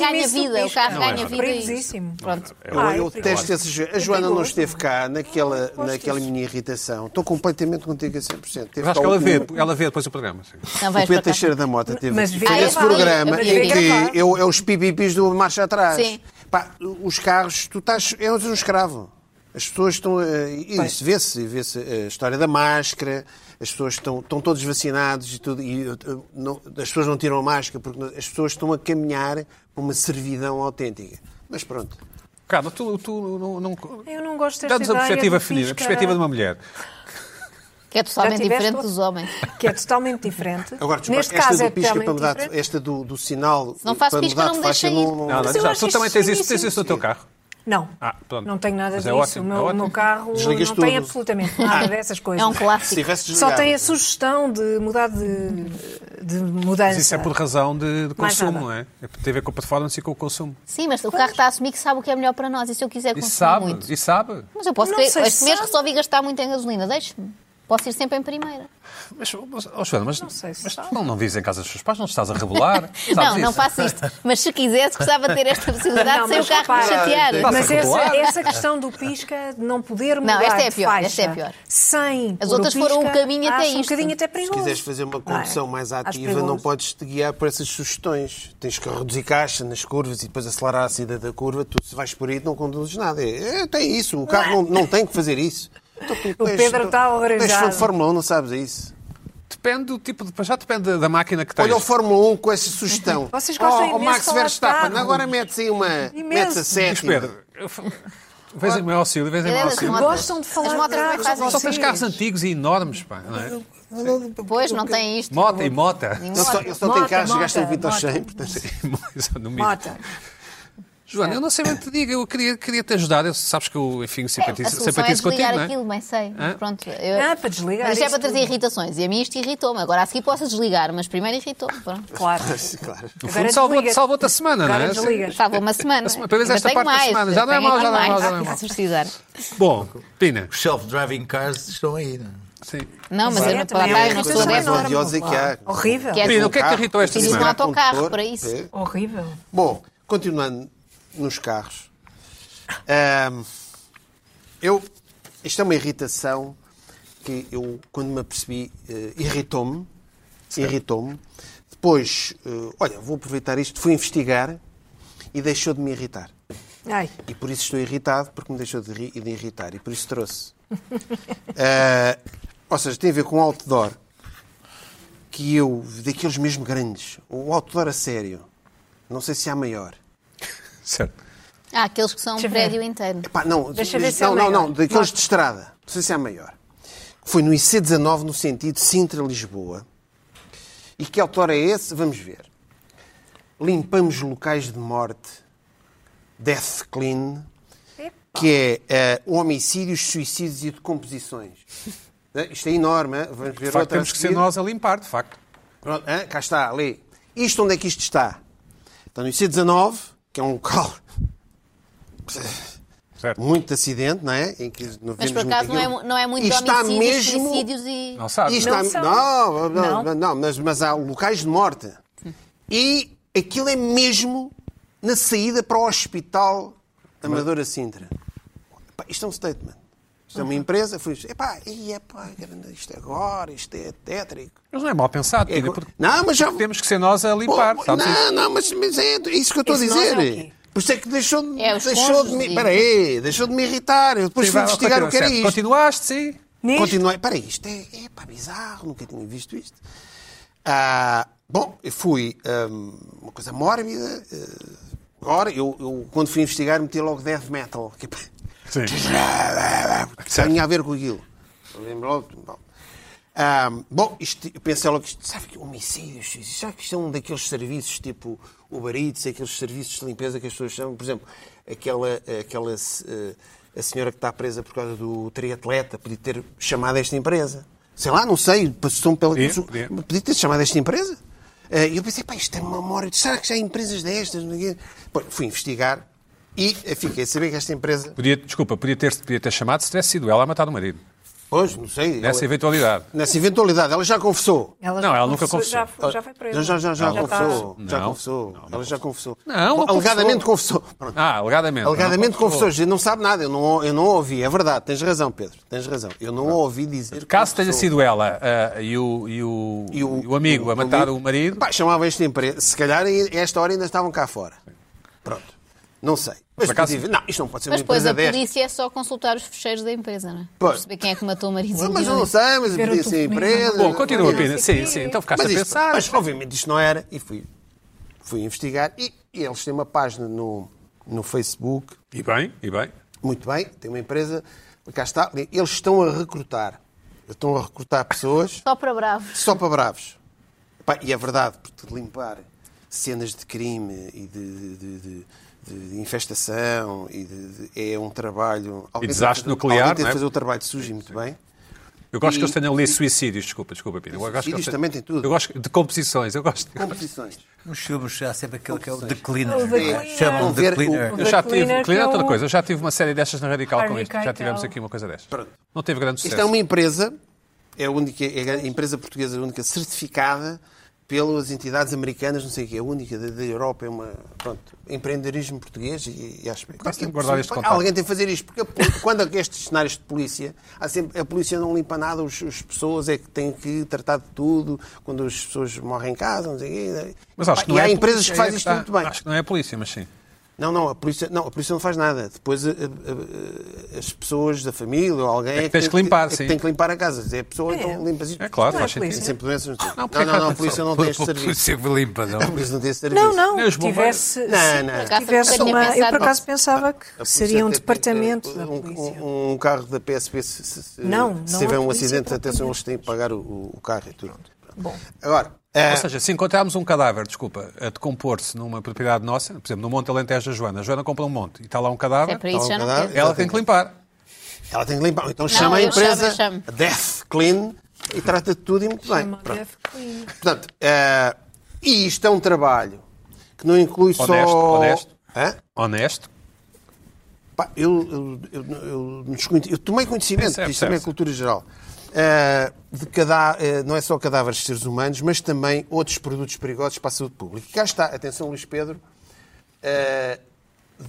Speaker 6: ganha vida, o carro ganha vida. e-
Speaker 5: é. Perigosíssimo.
Speaker 6: Pronto.
Speaker 2: É.
Speaker 3: Eu, eu testo esses.
Speaker 5: É
Speaker 3: A Joana não esteve cá naquela, naquela minha irritação. Estou completamente contigo a 100%. Teve
Speaker 2: Mas acho
Speaker 3: cá
Speaker 2: que ela
Speaker 3: o-
Speaker 5: um
Speaker 2: vê, ela vê depois o programa. sim.
Speaker 6: Não
Speaker 3: O Pedro
Speaker 6: vais para cá.
Speaker 3: Teixeira da Mota teve
Speaker 5: Mas
Speaker 3: aqui.
Speaker 5: vê-
Speaker 3: Foi esse
Speaker 6: Ah, eu vi,
Speaker 3: programa
Speaker 6: eu vi.
Speaker 3: em
Speaker 5: Vê
Speaker 3: que
Speaker 5: gravar.
Speaker 3: eu, é os pipipis do Marcha Atrás.
Speaker 6: Sim.
Speaker 3: Pá, os carros, tu estás, és um escravo. As pessoas estão. eh, e Isso vê-se, e vê-se eh, a história da máscara, as pessoas estão, estão todos vacinados e tudo, e eh, não- as pessoas não tiram a máscara porque não- as pessoas estão a caminhar para uma servidão autêntica. Mas pronto.
Speaker 2: Carla, tu, tu não, não...
Speaker 6: é.
Speaker 5: Eu não gosto desta
Speaker 2: Dá-nos a
Speaker 5: ideia
Speaker 2: perspectiva
Speaker 5: do
Speaker 2: feminina, a
Speaker 5: Pisca-
Speaker 2: perspectiva de uma mulher.
Speaker 6: Que é totalmente
Speaker 5: tiveste
Speaker 6: diferente
Speaker 5: outro?
Speaker 6: dos homens.
Speaker 5: que é totalmente diferente.
Speaker 3: Agora, desculpa,
Speaker 5: Neste
Speaker 3: esta
Speaker 5: caso
Speaker 3: do
Speaker 5: é
Speaker 3: pisca
Speaker 5: totalmente
Speaker 3: para mudar,
Speaker 5: diferente.
Speaker 3: esta do, do sinal
Speaker 6: não faço
Speaker 3: para
Speaker 6: pisca,
Speaker 3: mudar
Speaker 6: não
Speaker 3: de
Speaker 6: me
Speaker 3: faixa,
Speaker 6: deixa ir.
Speaker 3: não,
Speaker 2: Não,
Speaker 5: Mas
Speaker 2: não,
Speaker 5: eu
Speaker 2: já,
Speaker 5: acho
Speaker 2: tu
Speaker 5: isto
Speaker 2: também tens isso,
Speaker 5: finíssimo.
Speaker 2: tens isso no teu carro.
Speaker 5: Não,
Speaker 2: Ah, pronto.
Speaker 5: não tenho nada
Speaker 2: Mas é
Speaker 5: disso.
Speaker 2: ótimo,
Speaker 5: o
Speaker 2: é
Speaker 5: meu,
Speaker 2: ótimo.
Speaker 5: o meu carro
Speaker 3: Desligas
Speaker 5: não tem
Speaker 3: tudo.
Speaker 5: absolutamente
Speaker 2: (laughs)
Speaker 5: nada dessas coisas.
Speaker 6: É um
Speaker 3: Se
Speaker 6: clássico.
Speaker 3: tivesse
Speaker 5: Só tem a
Speaker 3: desligado.
Speaker 5: sugestão de mudar de, de mudança.
Speaker 2: Mas isso é por razão de, de
Speaker 5: Mais
Speaker 2: consumo,
Speaker 5: nada.
Speaker 2: não é? É- Tem a ver com a performance e com o consumo.
Speaker 6: Sim, mas o carro está a assumir que sabe o que é melhor para nós e se eu quiser
Speaker 2: E
Speaker 6: consumir
Speaker 2: sabe,
Speaker 6: muito.
Speaker 2: e sabe.
Speaker 6: Mas eu posso
Speaker 5: Não
Speaker 6: querer.
Speaker 5: sei se
Speaker 6: Este mês
Speaker 5: sabe.
Speaker 6: resolvi gastar muito em gasolina, deixe-me. Posso ir sempre em primeira.
Speaker 2: Mas, mas, oh, Joana, mas,
Speaker 5: Não sei se
Speaker 2: mas
Speaker 5: sabe.
Speaker 2: tu não, não vives em casa dos teus pais, não te estás a
Speaker 6: (laughs)
Speaker 2: rebelar? Sabes
Speaker 6: não, não
Speaker 2: isso?
Speaker 6: faço isto. Mas se quisesse, gostava de ter esta possibilidade
Speaker 5: Não,
Speaker 6: sem o
Speaker 5: mas
Speaker 6: carro me
Speaker 5: repara,
Speaker 6: chatear.
Speaker 2: Passa
Speaker 5: Mas essa,
Speaker 2: regular.
Speaker 5: essa questão do pisca de não poder mudar
Speaker 6: esta é
Speaker 5: de
Speaker 6: pior,
Speaker 5: faixa
Speaker 6: esta é pior.
Speaker 5: sem
Speaker 6: As
Speaker 5: pôr o
Speaker 6: outras foram um
Speaker 5: pisca,
Speaker 6: caminho até
Speaker 5: acho um
Speaker 6: isto.
Speaker 5: bocadinho até perigoso. é?
Speaker 3: Se quiseres fazer uma condução mais
Speaker 5: Acho
Speaker 3: ativa,
Speaker 5: perigoso.
Speaker 3: não podes te guiar por essas sugestões. Tens que reduzir caixa nas curvas e depois acelerar a saída da curva. Tu, se vais por aí, não conduzes nada. É, é, tem isso. O carro não, não tem que fazer isso. Então, tu
Speaker 5: (laughs) O
Speaker 3: és-
Speaker 5: Pedro
Speaker 3: tu- Tu
Speaker 5: está
Speaker 3: és fã
Speaker 5: horrorizado.
Speaker 3: de Fórmula 1, não sabes isso.
Speaker 2: Depende do tipo de. para Já depende da- da máquina que tens.
Speaker 3: Olha o Fórmula 1 com essa sugestão.
Speaker 5: (laughs) Vocês gostam
Speaker 3: oh,
Speaker 5: imenso
Speaker 3: oh, Max
Speaker 5: de falar de
Speaker 3: Verstappen,
Speaker 5: carros.
Speaker 3: agora metes aí uma.
Speaker 5: Imenso.
Speaker 3: Metes a
Speaker 2: Mas,
Speaker 3: sétima.
Speaker 2: Pedro, eu fa- vês em meu auxílio, vês em meu
Speaker 6: Ele é das
Speaker 2: auxílio.
Speaker 6: modas.
Speaker 5: Gostam de falar
Speaker 6: As
Speaker 5: de
Speaker 6: motas também
Speaker 5: carros,
Speaker 6: fazem
Speaker 2: Só
Speaker 6: isso.
Speaker 2: tens carros antigos e enormes, pá. não é?
Speaker 6: Pois, não tem isto.
Speaker 2: Mota e mota. (laughs)
Speaker 6: E
Speaker 3: Ele só,
Speaker 6: mota.
Speaker 3: ele só tem
Speaker 5: Mota,
Speaker 3: carros que gastam
Speaker 5: mota,
Speaker 3: 20 aos
Speaker 5: mota.
Speaker 3: 100, portanto.
Speaker 2: Isso, no mínimo.
Speaker 5: Mota,
Speaker 2: Joana, eu não sei bem o que te digo, eu queria, queria te ajudar. Eu- sabes que eu, enfim,
Speaker 6: A
Speaker 2: simpatizo,
Speaker 6: solução é. é
Speaker 2: simpatizo contigo,
Speaker 6: desligar
Speaker 2: não é?
Speaker 6: aquilo, bem sei.
Speaker 2: Hã?
Speaker 6: Pronto, eu-
Speaker 5: Ah, para desligar
Speaker 6: Mas isto é
Speaker 5: isto
Speaker 6: para trazer
Speaker 5: tudo.
Speaker 6: irritações. E a mim isto irritou-me. Agora a seguir posso desligar, mas primeiro irritou-me. Pronto.
Speaker 5: claro.
Speaker 3: (laughs) Claro.
Speaker 2: No
Speaker 5: Agora
Speaker 2: fundo, salvou-te
Speaker 5: desligas.
Speaker 2: salvou a semana,
Speaker 5: Agora
Speaker 2: não é?
Speaker 5: desligas.
Speaker 6: Estava uma semana.
Speaker 2: A semana- pelo menos
Speaker 6: Mas
Speaker 2: esta
Speaker 6: tenho
Speaker 2: parte da
Speaker 6: mais,
Speaker 2: semana. Já não é
Speaker 6: tenho
Speaker 2: mau, já não é
Speaker 6: mais,
Speaker 2: mau, já não é
Speaker 6: se
Speaker 2: mau.
Speaker 6: precisar.
Speaker 2: Bom, Pina.
Speaker 4: Os self-driving cars estão aí, não é?
Speaker 2: Sim.
Speaker 6: Não, mas eu
Speaker 5: Sim, também
Speaker 6: não, para
Speaker 5: é
Speaker 6: lá,
Speaker 5: uma
Speaker 6: eu não sou
Speaker 5: irritação
Speaker 3: coisa
Speaker 6: adepta.
Speaker 5: enorme,
Speaker 3: odiosa que há.
Speaker 5: pá. Horrível.
Speaker 6: Que é-
Speaker 2: Pina, o que é que
Speaker 3: Carro,
Speaker 2: irritou esta
Speaker 6: Fiz isso no
Speaker 2: semana?
Speaker 6: autocarro,
Speaker 3: condutor,
Speaker 6: para isso.
Speaker 3: é.
Speaker 5: Horrível.
Speaker 3: Bom, continuando nos carros. Ahm, eu, isto é uma irritação que eu, quando me apercebi, eh, irritou-me. Irritou-me. Depois, eh, olha, vou aproveitar isto, fui investigar e deixou de me irritar.
Speaker 5: Ai,
Speaker 3: E por isso estou irritado, porque me deixou de, ri- de irritar. E por isso trouxe. Ah, ou seja, tem a ver com o outdoor. Que eu, daqueles mesmo grandes, o outdoor a sério, não sei se há maior.
Speaker 2: Certo.
Speaker 6: Há aqueles que são um
Speaker 5: Deixa eu ver.
Speaker 6: prédio inteiro.
Speaker 3: Epá, não,
Speaker 5: Deixa eu ver se é
Speaker 3: não,
Speaker 5: o
Speaker 3: não,
Speaker 5: maior.
Speaker 3: não, daqueles
Speaker 5: Mostra.
Speaker 3: de estrada. Não sei se é a maior. Foi no IC19, no sentido Sintra-Lisboa. E que autor é esse? Vamos ver. Limpamos locais de morte. Death Clean. Que é eh, homicídios, suicídios e
Speaker 5: (laughs)
Speaker 3: decomposições. Eh, Isto é enorme. hein? Vamos ver
Speaker 2: De facto,
Speaker 3: outra a
Speaker 2: temos que ser
Speaker 3: seguir.
Speaker 2: nós a limpar, de facto.
Speaker 3: Pronto, hã? cá está, ali. Isto onde é que isto está? Está no IC19, que é um (laughs) local
Speaker 2: Certo.
Speaker 3: muito acidente, não é? Em que não
Speaker 6: Mas
Speaker 3: vemos
Speaker 6: por acaso não é,
Speaker 3: aquilo.
Speaker 6: mu- não é muito
Speaker 3: E está
Speaker 6: homicídios,
Speaker 3: mesmo...
Speaker 6: suicídios e.
Speaker 2: Não sabe.
Speaker 3: e está-
Speaker 5: Não são.
Speaker 3: não, não,
Speaker 5: Não.
Speaker 3: não, mas, mas há locais de morte. E aquilo é mesmo na saída para o Hospital Amadora Sintra. Epá, isto é um statement. Isto é uma empresa. Fui, epá, e, epá, grande, isto agora, isto é tétrico.
Speaker 2: Mas não é mal pensado,
Speaker 3: É
Speaker 2: Pina,
Speaker 3: co-
Speaker 2: porque
Speaker 3: não, mas já...
Speaker 2: temos que ser nós a
Speaker 3: Pô,
Speaker 2: limpar, sabes? isso?
Speaker 3: não, não, mas, mas é isso que eu estou a
Speaker 5: Esse nós
Speaker 3: dizer.
Speaker 5: é o quê?
Speaker 3: Por isso é que deixou de,
Speaker 6: É, os
Speaker 3: deixou de
Speaker 6: cônjuges
Speaker 3: me.
Speaker 6: e-
Speaker 3: Espera aí, deixou de me irritar. Eu depois
Speaker 2: Sim,
Speaker 3: fui
Speaker 2: vai,
Speaker 3: investigar
Speaker 2: continua,
Speaker 3: o que era
Speaker 2: certo.
Speaker 3: isto.
Speaker 2: Continuaste, sim.
Speaker 5: Nisto?
Speaker 3: Continuei. Espera aí, isto é, é pá, bizarro, nunca tinha visto isto. Ah, bom, eu fui hum, uma coisa mórbida. eh, agora, eu, eu, quando fui investigar, meti logo death metal. Que, é pá,
Speaker 2: Sim.
Speaker 3: que tinha a ver com aquilo. Eu lembro logo. Bom, Ah, bom isto, eu pensei logo que isto, sabe que homicídios, suicídios, sabe que isto é um daqueles serviços tipo Uber Eats, aqueles serviços de limpeza que as pessoas chamam, por exemplo, aquela, aquela eh, a senhora que está presa por causa do triatleta podia ter chamado esta empresa. Sei lá, não sei, passou pela.
Speaker 2: Podia, podia.
Speaker 3: Podia ter chamado esta empresa. Eh, E eu pensei, pá, isto é uma memória. Será que já há empresas destas? Não sei o quê? Pô, Fui investigar e eh, fiquei a saber que esta empresa
Speaker 2: Podia, desculpa, podia ter, podia ter chamado se tivesse sido ela a matar o marido.
Speaker 3: Pois, não sei.
Speaker 2: Nessa
Speaker 3: Ela- é.
Speaker 2: eventualidade.
Speaker 3: Nessa eventualidade, ela já confessou.
Speaker 5: ela
Speaker 2: Não,
Speaker 5: já
Speaker 2: ela nunca
Speaker 5: Já,
Speaker 2: confessou.
Speaker 5: já foi tá. presa.
Speaker 3: Já, já, já, já
Speaker 5: está-
Speaker 3: confessou. Já
Speaker 2: Não.
Speaker 3: confessou. ela já confessou.
Speaker 2: Não, não
Speaker 3: Alegadamente confessou. Pronto.
Speaker 2: Ah, alegadamente.
Speaker 3: Alegadamente
Speaker 2: Não confessou.
Speaker 3: confessou. Dizer, Não sabe nada. Eu não, eu não ouvi. É verdade. Tens razão, Pedro. Tens razão. Eu não a ouvi dizer. que
Speaker 2: Caso tenha
Speaker 3: confessou.
Speaker 2: sido ela ah, e, o, e, o,
Speaker 3: E o-
Speaker 2: e o amigo a
Speaker 3: o
Speaker 2: matar
Speaker 3: amigo-
Speaker 2: o marido,
Speaker 3: Pá, chamava esta empresa. Se calhar a esta hora ainda estavam cá fora. Pronto. Não sei. Mas
Speaker 2: Por acaso-
Speaker 3: podia- não, isto não pode ser uma
Speaker 6: Mas depois
Speaker 3: empresa
Speaker 6: a
Speaker 3: desta.
Speaker 6: polícia é só consultar os fecheiros da empresa, não é? Para
Speaker 3: Pois.
Speaker 6: Perceber quem é que matou o marido.
Speaker 3: Mas,
Speaker 6: e
Speaker 3: mas eu
Speaker 6: o
Speaker 3: não sei, mas
Speaker 5: Ver o
Speaker 3: podia ser
Speaker 5: documento.
Speaker 3: empresa.
Speaker 2: Bom, continua,
Speaker 5: Não sei
Speaker 2: Pina.
Speaker 5: o
Speaker 2: Sim,
Speaker 5: quê.
Speaker 2: sim. Então ficaste
Speaker 3: é Mas,
Speaker 2: a
Speaker 3: isto-
Speaker 2: pensar.
Speaker 3: mas obviamente isto não era e fui, fui investigar e, e eles têm uma página no, no Facebook.
Speaker 2: E bem, e bem.
Speaker 3: Muito bem, tem uma empresa, cá está. Bem, Eles estão a recrutar. Estão a recrutar pessoas (laughs)
Speaker 6: Só para bravos.
Speaker 3: só para bravos. Pá, e é verdade, porque limpar cenas de crime e de, de- de- de- de infestação e de- de- é um trabalho. Alguém tem que
Speaker 2: desastre
Speaker 3: fazer-
Speaker 2: nuclear,
Speaker 3: Alguém tem
Speaker 2: não
Speaker 3: de
Speaker 2: é?
Speaker 3: fazer o trabalho sujo e muito bem.
Speaker 2: Eu gosto
Speaker 3: E-
Speaker 2: que eles tenham ali suicídios, desculpa, desculpa, Pina. Eu gosto que eles
Speaker 3: Suicídios
Speaker 2: tenham-
Speaker 3: também tem tudo.
Speaker 2: Eu gosto de composições, eu gosto.
Speaker 3: Composições.
Speaker 4: Nos filmes há sempre aquele que é o The
Speaker 5: O
Speaker 4: Cleaner.
Speaker 5: The
Speaker 4: não é?
Speaker 5: Cleaner.
Speaker 4: Chamam
Speaker 3: Ver
Speaker 4: The
Speaker 3: o-
Speaker 4: Cleaner.
Speaker 5: o-
Speaker 2: Eu já
Speaker 5: The
Speaker 2: tive,
Speaker 5: Cleaner,
Speaker 2: cleaner é
Speaker 5: que é
Speaker 2: outra
Speaker 5: o-
Speaker 2: coisa, eu já tive uma série destas na Radical com
Speaker 5: Harvey
Speaker 2: isto. Já tivemos
Speaker 5: Keitel.
Speaker 2: aqui uma coisa destas. Não teve grande sucesso.
Speaker 3: Isto é uma empresa, é a, única, é a empresa portuguesa única certificada pelas entidades americanas, não sei o quê, a única da, da Europa, é uma. Pronto, empreendedorismo português e, e acho bem.
Speaker 2: Quase tenho que guardar este
Speaker 3: Pá,
Speaker 2: contacto.
Speaker 3: Alguém tem que fazer isto, porque a poli- quando há estes cenários de polícia, há sempre, a polícia não limpa nada, os- as pessoas é que têm que tratar de tudo, quando as pessoas morrem em casa, não sei o quê.
Speaker 2: Mas acho que
Speaker 3: Pá,
Speaker 2: não
Speaker 3: e
Speaker 2: é
Speaker 3: há
Speaker 2: a
Speaker 3: empresas
Speaker 2: polícia,
Speaker 3: que fazem
Speaker 2: é
Speaker 3: isto
Speaker 2: tá.
Speaker 3: muito bem.
Speaker 2: Acho que não é a polícia, mas sim.
Speaker 3: Não, não, a polícia não, a polícia não faz nada. Depois a- a- a- as pessoas da família ou alguém
Speaker 2: É que
Speaker 3: tem
Speaker 2: tens que limpar,
Speaker 3: é que
Speaker 2: sim.
Speaker 3: tem que limpar a casa. É a pessoa, então limpas e
Speaker 2: É claro,
Speaker 3: Não,
Speaker 2: faz
Speaker 3: tem
Speaker 5: sentido.
Speaker 3: sempre doenças. Não, não,
Speaker 2: porque é
Speaker 3: não,
Speaker 2: que
Speaker 3: não,
Speaker 2: há
Speaker 3: a (laughs)
Speaker 2: (laughs)
Speaker 3: polícia não
Speaker 4: Por
Speaker 3: tem este serviço.
Speaker 4: isso que limpa, não.
Speaker 3: A polícia não tem este serviço.
Speaker 5: Não, não.
Speaker 2: Nem os bombeiros.
Speaker 5: tivesse,
Speaker 3: Não, não.
Speaker 5: se tivesse
Speaker 6: Eu tinha
Speaker 5: uma- eu
Speaker 6: pensado-
Speaker 5: por acaso pensava
Speaker 3: A
Speaker 5: que
Speaker 3: polícia
Speaker 5: seria um
Speaker 3: até tem que ter
Speaker 5: departamento
Speaker 3: um-
Speaker 5: da polícia.
Speaker 3: Um, um carro da PSP, se, se- se-
Speaker 5: Não,
Speaker 3: se
Speaker 5: não
Speaker 3: tiver
Speaker 5: a
Speaker 3: um
Speaker 5: polícia
Speaker 3: acidente, atenção,
Speaker 5: propriamente.
Speaker 3: eles têm que pagar o, o- o carro e tudo. Bom. Agora, ah,
Speaker 2: É. Ou seja, se encontrarmos um cadáver, desculpa, a decompor-se numa propriedade nossa, por exemplo, no Monte Alentejo da Joana, a Joana compra um monte e está lá um
Speaker 6: É
Speaker 2: cadáver,
Speaker 6: para isso
Speaker 3: Está
Speaker 6: já
Speaker 3: a
Speaker 6: não
Speaker 3: mudar?
Speaker 6: quero.
Speaker 2: ela tem que limpar.
Speaker 3: ela tem que limpar. Então chama a
Speaker 6: eu chamo,
Speaker 3: empresa
Speaker 6: eu chamo.
Speaker 3: Death Clean e trata de tudo e muito bem.
Speaker 5: Uma
Speaker 3: Pronto.
Speaker 5: greve clean.
Speaker 3: Portanto, eh, e isto é um trabalho que não inclui
Speaker 2: Honesto,
Speaker 3: só.
Speaker 2: honesto.
Speaker 3: Hã?
Speaker 2: Honesto.
Speaker 3: Pá, eu, eu, eu, eu desconheci- eu tomei conhecimento,
Speaker 2: Percebe,
Speaker 3: isto também é
Speaker 2: percebe.
Speaker 3: cultura geral, eh, de cada, eh, não é só cadáveres de seres humanos, mas também outros produtos perigosos para a saúde pública. E cá está, atenção Luís Pedro, eh,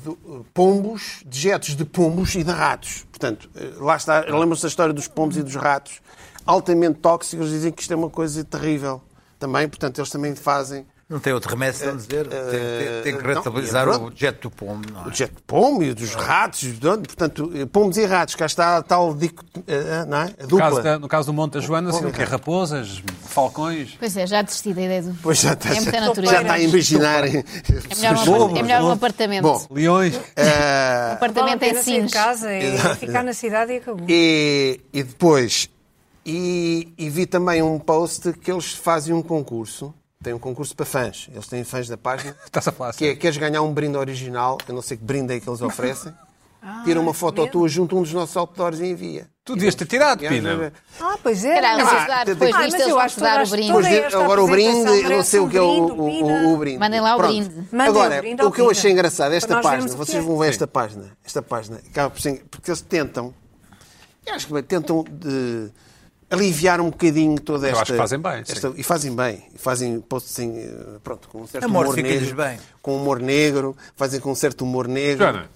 Speaker 3: do- pombos, dejetos de pombos e de ratos. Portanto, eh, lá está, lembram-se da história dos pombos e dos ratos, altamente tóxicos, dizem que isto é uma coisa terrível também, portanto, eles também fazem
Speaker 4: Não tem outro remédio, sem dizer. Tem- Tem, tem que
Speaker 3: não,
Speaker 4: rentabilizar
Speaker 3: é
Speaker 4: o
Speaker 3: pronto.
Speaker 4: jet do pombo, não é?
Speaker 3: O jet de pombo e dos ratos, de onde? portanto, eh, pombos e ratos, cá está a tal dico, eh, eh, não é? A
Speaker 2: No caso, da-
Speaker 3: dupla.
Speaker 2: no caso do Monte da Joana, assim, o que é raposas, falcões.
Speaker 6: Pois é, já desisti da ideia do.
Speaker 3: Pois já está,
Speaker 6: É muita
Speaker 3: já
Speaker 6: natureza.
Speaker 3: está a imaginar. É
Speaker 6: melhor um apart- é melhor um apartamento.
Speaker 3: Bom,
Speaker 2: Leões.
Speaker 3: É.
Speaker 6: O
Speaker 3: Eh,
Speaker 5: Vale a
Speaker 6: apartamento
Speaker 5: pena sair
Speaker 6: em Sines.
Speaker 5: de casa e ficar na cidade e acabou.
Speaker 3: e, e depois, e, e vi também um post que eles fazem um concurso, tem um concurso para fãs, eles têm fãs da página,
Speaker 2: Estás a falar
Speaker 3: que é,
Speaker 2: assim.
Speaker 3: queres ganhar um brinde original, eu não sei que brinde é que eles oferecem, tira uma foto tua junto a um dos nossos outdoors e envia.
Speaker 2: Tu devias ter tirado,
Speaker 3: E às
Speaker 2: Pina.
Speaker 3: vezes-
Speaker 5: Ah, pois é.
Speaker 6: Era, mas
Speaker 3: Ah,
Speaker 6: dar,
Speaker 3: tem- tem-
Speaker 5: Ah,
Speaker 6: depois disto
Speaker 5: mas
Speaker 6: eles
Speaker 5: eu
Speaker 6: vão
Speaker 5: acho
Speaker 6: te
Speaker 5: que
Speaker 6: dar o
Speaker 5: todas-
Speaker 6: brinde.
Speaker 5: todas-
Speaker 3: Pois,
Speaker 5: esta
Speaker 3: agora o
Speaker 5: apresentação
Speaker 3: brinde, eu não
Speaker 5: merece
Speaker 3: sei o
Speaker 5: um
Speaker 3: que é o,
Speaker 5: brinde,
Speaker 3: o-
Speaker 5: Pina.
Speaker 3: o- o brinde.
Speaker 6: Mandem lá o
Speaker 3: Pronto.
Speaker 6: brinde.
Speaker 5: Mandem
Speaker 3: agora,
Speaker 5: o brinde ao
Speaker 3: o que eu
Speaker 5: Pina.
Speaker 3: achei engraçado,
Speaker 5: Para
Speaker 3: esta
Speaker 5: nós
Speaker 3: página,
Speaker 5: vermos o que
Speaker 3: vocês
Speaker 5: é.
Speaker 3: vão ver esta página, esta página, acaba por ser- porque eles tentam, eu acho que bem, tentam de aliviar um bocadinho toda
Speaker 2: Eu
Speaker 3: esta...
Speaker 2: acho que fazem bem, sim.
Speaker 3: esta- E fazem bem, e fazem, posto assim, eh, pronto, com um certo
Speaker 4: Amor,
Speaker 3: humor
Speaker 4: fica-lhes
Speaker 3: negro.
Speaker 4: bem.
Speaker 3: Com um humor negro, fazem com um certo humor negro.
Speaker 2: Joana,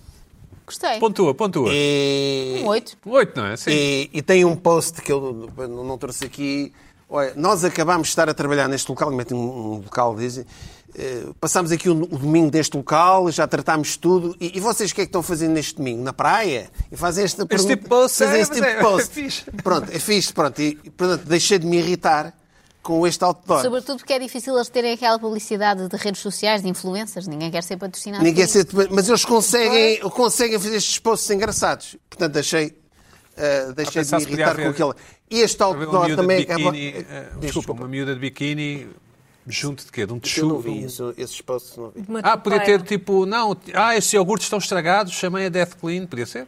Speaker 6: Gostei.
Speaker 2: pontua, pontua.
Speaker 3: E...
Speaker 6: Um oito.
Speaker 2: Oito, não é? Sim.
Speaker 3: E, e tem um post que eu não, não trouxe aqui. Olha, nós acabámos de estar a trabalhar neste local, metem um, um local, dizem. eh, passámos aqui o, o domingo deste local, já tratámos tudo. E, e vocês o que é que estão fazendo neste domingo? Na praia? E fazem esta pergunta-
Speaker 2: tipo de post,
Speaker 3: fazem
Speaker 2: é, mas
Speaker 3: este tipo
Speaker 2: é-
Speaker 3: de
Speaker 2: é
Speaker 3: post.
Speaker 2: fixe.
Speaker 3: pronto, é fixe. Pronto, e, e, portanto, deixei de me irritar com este outdoor.
Speaker 6: Sobretudo porque é difícil eles terem aquela publicidade de redes sociais, de influencers. Ninguém quer ser patrocinado.
Speaker 3: Ninguém
Speaker 6: por isso.
Speaker 3: se- mas eles conseguem, conseguem fazer estes posts engraçados. Portanto, deixei, ah, deixei de
Speaker 2: pensar
Speaker 3: me
Speaker 2: se podia
Speaker 3: irritar com
Speaker 2: haver-
Speaker 3: aquele. Este
Speaker 2: Uma
Speaker 3: outdoor
Speaker 2: miúda de
Speaker 3: também
Speaker 2: biquíni, eh,
Speaker 3: Diz,
Speaker 2: Desculpa, uma miúda de biquíni junto de quê? De um
Speaker 3: Eu não
Speaker 2: texugo? de
Speaker 3: vi
Speaker 2: um-
Speaker 3: isso, esses posts. Não vi.
Speaker 5: Uma
Speaker 2: Ah, podia
Speaker 5: toupeira.
Speaker 2: ter tipo, não, ah, estes iogurtes estão estragados, chamei a Death Clean, podia ser?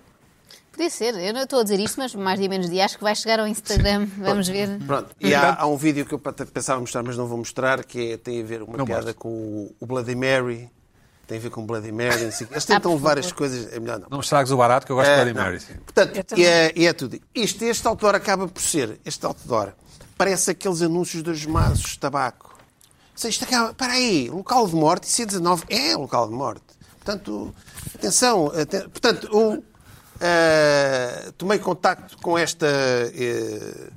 Speaker 6: Podia ser. Eu não estou a dizer isto, mas mais dia menos dia. Acho que vai chegar
Speaker 5: (laughs)
Speaker 6: ao Instagram. Vamos ver.
Speaker 3: Pronto, e há, há um vídeo que eu pat- pensava mostrar, mas não vou mostrar, que é- tem a ver uma
Speaker 2: Não
Speaker 3: piada
Speaker 2: mostre.
Speaker 3: com o, o Bloody Mary. Tem a ver com o Bloody Mary. Não sei. o quê. Eles tentam
Speaker 6: Ah, por
Speaker 3: levar as
Speaker 6: favor.
Speaker 3: coisas. É melhor não.
Speaker 2: Não me estragues o barato, que eu gosto
Speaker 3: É,
Speaker 2: de Bloody
Speaker 3: não.
Speaker 2: Mary. sim.
Speaker 5: Eu
Speaker 3: Portanto,
Speaker 5: também.
Speaker 3: e é, e é tudo. Isto, este outdoor acaba por ser, este outdoor, parece aqueles anúncios dos maços de tabaco. Ou seja, isto acaba, para aí, local de morte, C19 é local de morte. Portanto, atenção, aten- portanto, eu eh, tomei contacto com esta eh,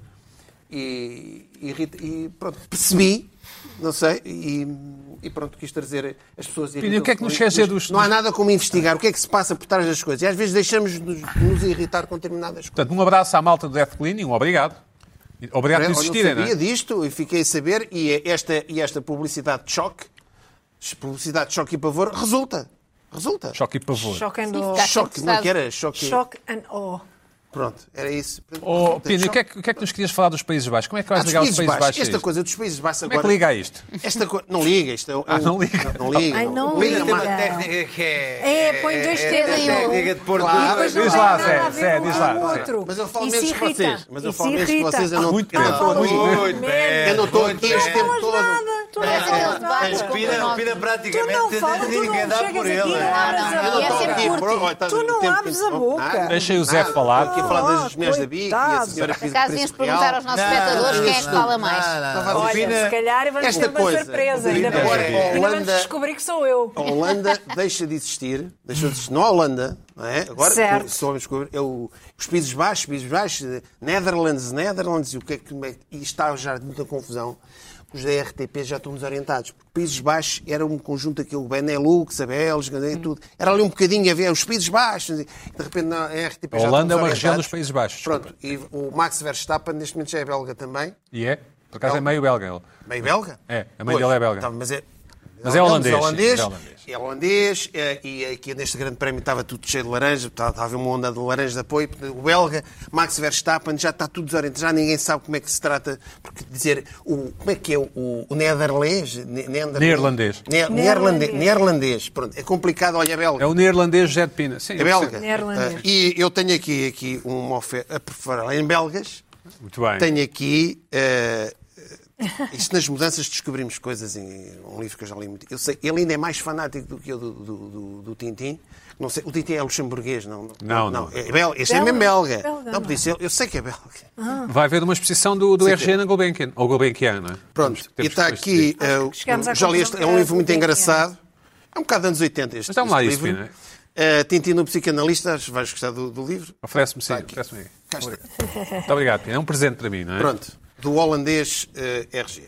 Speaker 3: e, e irrita- e, pronto, percebi, não sei, e, e pronto, quis trazer as pessoas
Speaker 2: Pina, o que é que nos quer dizer dos-
Speaker 3: Não há nada como investigar o que é que se passa por trás das coisas. E às vezes deixamos-nos nos irritar com determinadas coisas.
Speaker 2: Portanto, um abraço à malta do Death Clean e um obrigado. E Obrigado por
Speaker 3: Eu
Speaker 2: existirem,
Speaker 3: não
Speaker 2: não
Speaker 3: sabia
Speaker 2: é?
Speaker 3: disto e é fiquei a saber. E esta, e esta publicidade de choque, publicidade de choque e pavor, resulta. Resulta.
Speaker 2: Choque e pavor.
Speaker 5: Choque and
Speaker 6: Sim,
Speaker 5: awe.
Speaker 6: ficar-
Speaker 3: Choque, não é que era? Choque.
Speaker 5: Choque and awe.
Speaker 3: Pronto, era isso.
Speaker 2: Oh,
Speaker 3: Resulta,
Speaker 2: Pina, o
Speaker 3: choque.
Speaker 2: que, é que, o que é que nos querias falar dos Países Baixos? Como é que vais
Speaker 3: Ah, dos
Speaker 2: ligar os
Speaker 3: Países
Speaker 2: Países
Speaker 3: Baixos.
Speaker 2: Baixos? a
Speaker 3: Esta
Speaker 2: isto?
Speaker 3: coisa dos Países Baixos agora.
Speaker 2: Como é que liga a isto?
Speaker 3: Esta coisa. Não liga. Isto é, ah,
Speaker 2: não liga.
Speaker 3: (laughs) Não liga.
Speaker 5: Ai, não
Speaker 3: Liga
Speaker 5: liga.
Speaker 3: na
Speaker 4: Tem uma
Speaker 3: ma-
Speaker 4: técnica que é.
Speaker 5: É, põe dois
Speaker 4: é-
Speaker 5: dedos
Speaker 4: é
Speaker 5: em um.
Speaker 4: técnica de pôr
Speaker 5: E
Speaker 3: Claro.
Speaker 5: depois
Speaker 4: dois-
Speaker 5: não
Speaker 2: Diz
Speaker 5: tem
Speaker 2: lá,
Speaker 5: nada
Speaker 2: Zé,
Speaker 5: a
Speaker 2: Zé,
Speaker 5: ver um
Speaker 2: diz
Speaker 5: com
Speaker 2: lá,
Speaker 5: o
Speaker 2: Zé.
Speaker 5: outro.
Speaker 3: Mas eu falo
Speaker 5: E
Speaker 3: menos
Speaker 5: se
Speaker 3: que
Speaker 5: irrita.
Speaker 3: vocês. Mas eu
Speaker 5: E se
Speaker 3: falo menos que
Speaker 5: irrita.
Speaker 3: vocês, eu não-
Speaker 2: Muito
Speaker 3: eu não-
Speaker 2: bem.
Speaker 5: Fala
Speaker 2: Muito
Speaker 5: muito
Speaker 4: bem.
Speaker 5: menos.
Speaker 3: Eu não estou aqui este
Speaker 5: Tu não
Speaker 3: tempo
Speaker 5: falas
Speaker 3: todo.
Speaker 5: nada. Tu não
Speaker 6: É,
Speaker 5: falas
Speaker 6: é,
Speaker 4: um.
Speaker 5: nada.
Speaker 6: é,
Speaker 5: Tu
Speaker 6: Pina-
Speaker 4: Pina, Pina
Speaker 5: não
Speaker 4: praticamente
Speaker 5: falas, tu
Speaker 4: ninguém
Speaker 5: não
Speaker 4: dá por
Speaker 5: chegas aqui
Speaker 4: ele.
Speaker 5: não abres a
Speaker 6: não, não,
Speaker 5: boca.
Speaker 6: não.
Speaker 3: Por- oh, está-
Speaker 5: Tu não
Speaker 3: tem-
Speaker 5: abres a
Speaker 3: tem-
Speaker 5: boca.
Speaker 2: Deixem o Zé
Speaker 3: Nada.
Speaker 2: falar.
Speaker 3: Estou aqui a falar das
Speaker 5: Oh,
Speaker 3: mulheres da BIC e a
Speaker 5: coitado.
Speaker 3: senhora
Speaker 6: Por
Speaker 3: Pisa
Speaker 6: acaso devíamos perguntar aos nossos espectadores quem é que fala mais.
Speaker 4: Ah,
Speaker 3: Olha,
Speaker 5: Olha, se calhar vamos
Speaker 3: esta
Speaker 5: ter uma
Speaker 3: coisa,
Speaker 5: surpresa.
Speaker 3: Pina,
Speaker 5: Ainda bem-
Speaker 3: é-
Speaker 5: ainda vamos
Speaker 3: Holanda-
Speaker 5: descobrir que sou eu.
Speaker 3: A Holanda deixa de existir, deixou de existir. Não a Holanda, não é? Agora,
Speaker 5: Certo.
Speaker 3: se vamos descobrir, é o- os Países Baixos, Países Baixos, eh, Netherlands, Netherlands, e o que é que. como é que- E está já de muita confusão. Os da RTP já estão desorientados. Porque Países Baixos era um conjunto daquele Benelux, a Bélgica, e tudo. Era ali um bocadinho a ver os Países Baixos. e De repente, na RTP
Speaker 2: A
Speaker 3: já
Speaker 2: Holanda é
Speaker 3: estão
Speaker 2: uma região
Speaker 3: desorientados.
Speaker 2: dos Países Baixos.
Speaker 3: Pronto, e o Max Verstappen, neste momento, já é belga também.
Speaker 2: E é? Por acaso é meio belga ele.
Speaker 3: Meio belga?
Speaker 2: É, a mãe dele é belga.
Speaker 3: Tá, mas é,
Speaker 2: Mas é
Speaker 3: Não,
Speaker 2: holandês,
Speaker 3: É holandês,
Speaker 2: sim, é holandês.
Speaker 3: é holandês, é, e aqui neste grande prémio estava tudo cheio de laranja, estava estava a haver uma onda de laranja de apoio. portanto, O belga, Max Verstappen, já está tudo desorientado, já ninguém sabe como é que se trata. Porque dizer, o, como é que é o, o neerlandês? Ne-
Speaker 2: Neerlandês.
Speaker 3: Ne- Neerlandês. Neerlandês, pronto, é complicado, olha, belga.
Speaker 2: É o neerlandês José de Pina. Sim,
Speaker 3: É belga.
Speaker 5: Neerlandês.
Speaker 3: Ah, E eu tenho aqui, aqui uma oferta, por falar em belgas,
Speaker 2: Muito bem.
Speaker 3: tenho aqui. eh, eh, isto nas mudanças descobrimos coisas em um livro que eu já li muito. Eu sei, ele ainda é mais fanático do que eu do, do, do- do Tintim. Não sei, o Tintim é luxemburguês, não?
Speaker 2: Não, não.
Speaker 3: é bel, este é mesmo belga.
Speaker 5: Belga. Belga,
Speaker 3: não,
Speaker 5: não. Ah.
Speaker 3: podia ser, eu sei que é belga.
Speaker 2: Vai haver uma exposição do, do
Speaker 3: Sim,
Speaker 2: RG na Gulbenkian. Ou Gulbenkian, não é?
Speaker 3: Pronto,
Speaker 2: Temos-
Speaker 3: e
Speaker 2: temos
Speaker 3: está
Speaker 2: que decidir.
Speaker 3: aqui. eh,
Speaker 5: Acho que chegamos à
Speaker 3: já li este, é
Speaker 5: conclusão
Speaker 3: um
Speaker 5: que
Speaker 3: livro muito
Speaker 5: é.
Speaker 3: engraçado. É um bocado anos 80 este,
Speaker 2: Mas dá-me lá
Speaker 3: este
Speaker 2: isso,
Speaker 3: livro.
Speaker 2: Pina.
Speaker 3: Eh, Tintim no Psicanalista, acho que vais gostar do, do livro.
Speaker 2: Oferece-me sim. Oferece-me aí. Muito obrigado, Pina. É um presente para mim, não é?
Speaker 3: Pronto, do holandês eh, RG.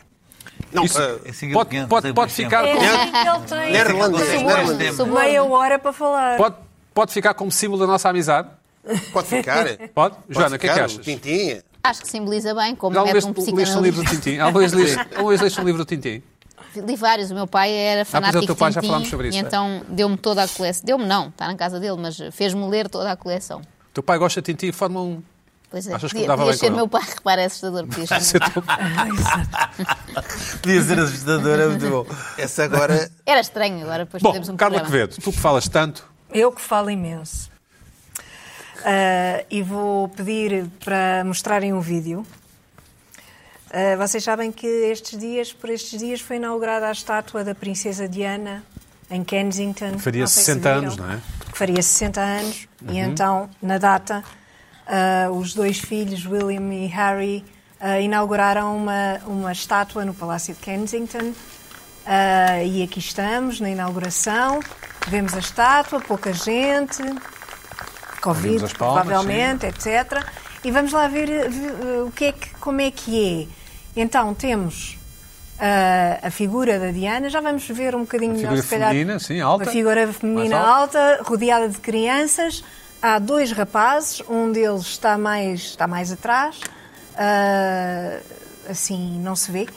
Speaker 3: Não,
Speaker 2: Isso-
Speaker 3: eh,
Speaker 4: É assim que eu
Speaker 2: Pode,
Speaker 4: conheço,
Speaker 2: pode,
Speaker 4: tenho
Speaker 2: pode
Speaker 4: por exemplo.
Speaker 2: ficar
Speaker 5: É
Speaker 2: com-
Speaker 5: assim que ele tem
Speaker 3: neerlandês,
Speaker 4: Sim,
Speaker 3: neerlandês.
Speaker 4: sim.
Speaker 6: Suborno.
Speaker 5: meia hora para falar.
Speaker 2: pode, pode ficar como símbolo da nossa amizade?
Speaker 3: Pode ficar? eh.
Speaker 2: Pode?
Speaker 3: Pode?
Speaker 2: Joana, o que é que
Speaker 3: ficar,
Speaker 2: achas?
Speaker 3: Tintim.
Speaker 6: Acho que simboliza bem, como
Speaker 5: é
Speaker 2: Já uma vez
Speaker 6: mete um
Speaker 2: leste um livro
Speaker 6: psicanalista.
Speaker 2: do
Speaker 5: (laughs)
Speaker 2: Tintim? Alguma vez leste- alguma vez leste um livro do Tintim?
Speaker 6: Li vários, o meu pai era fanático
Speaker 2: Ah, é o teu pai, já
Speaker 6: Tintim,
Speaker 2: falámos sobre isso,
Speaker 6: E
Speaker 2: é?
Speaker 6: então deu-me toda a coleção. Deu-me não, está na casa dele, mas fez-me ler toda a coleção.
Speaker 2: O teu pai gosta de Tintim e forma um...
Speaker 6: Pois é,
Speaker 2: Achas que
Speaker 6: podia,
Speaker 2: me dava
Speaker 6: podia
Speaker 2: bem com
Speaker 6: ser
Speaker 2: ele?
Speaker 6: meu pai, repara, é assustador.
Speaker 2: (laughs)
Speaker 6: Podia ser.
Speaker 2: Se eu tô-
Speaker 5: (laughs)
Speaker 4: Podia ser assustador, é muito bom.
Speaker 3: Essa agora.
Speaker 6: Era estranho, agora depois
Speaker 2: Bom,
Speaker 6: fizemos um
Speaker 2: Carla
Speaker 6: programa.
Speaker 2: Quevedo, tu que falas tanto,
Speaker 5: Eu que falo imenso. Ah, e vou pedir para mostrarem um vídeo. Ah, vocês sabem que estes dias, por estes dias, foi inaugurada a estátua da Princesa Diana em Kensington. Que
Speaker 2: faria 60 anos, não é? Uhum.
Speaker 5: Que faria 60 anos. E então, na data, ah, os dois filhos, William e Harry, ah, inauguraram uma, uma estátua no Palácio de Kensington. Ah, e aqui estamos, na inauguração. Vemos a estátua, pouca gente, Covid,
Speaker 2: Ouvimos as palmas,
Speaker 5: provavelmente, etc. E vamos lá ver eh, vi- eh, o que é que, como é que é. Então, temos ah, a figura da Diana, já vamos ver um bocadinho melhor,
Speaker 2: figura
Speaker 5: se calhar.
Speaker 2: feminina, sim, alta.
Speaker 5: A figura feminina
Speaker 2: Mais
Speaker 5: alta. rodeada de crianças. Há dois rapazes, um deles está mais, está mais atrás, ah, assim, não se vê.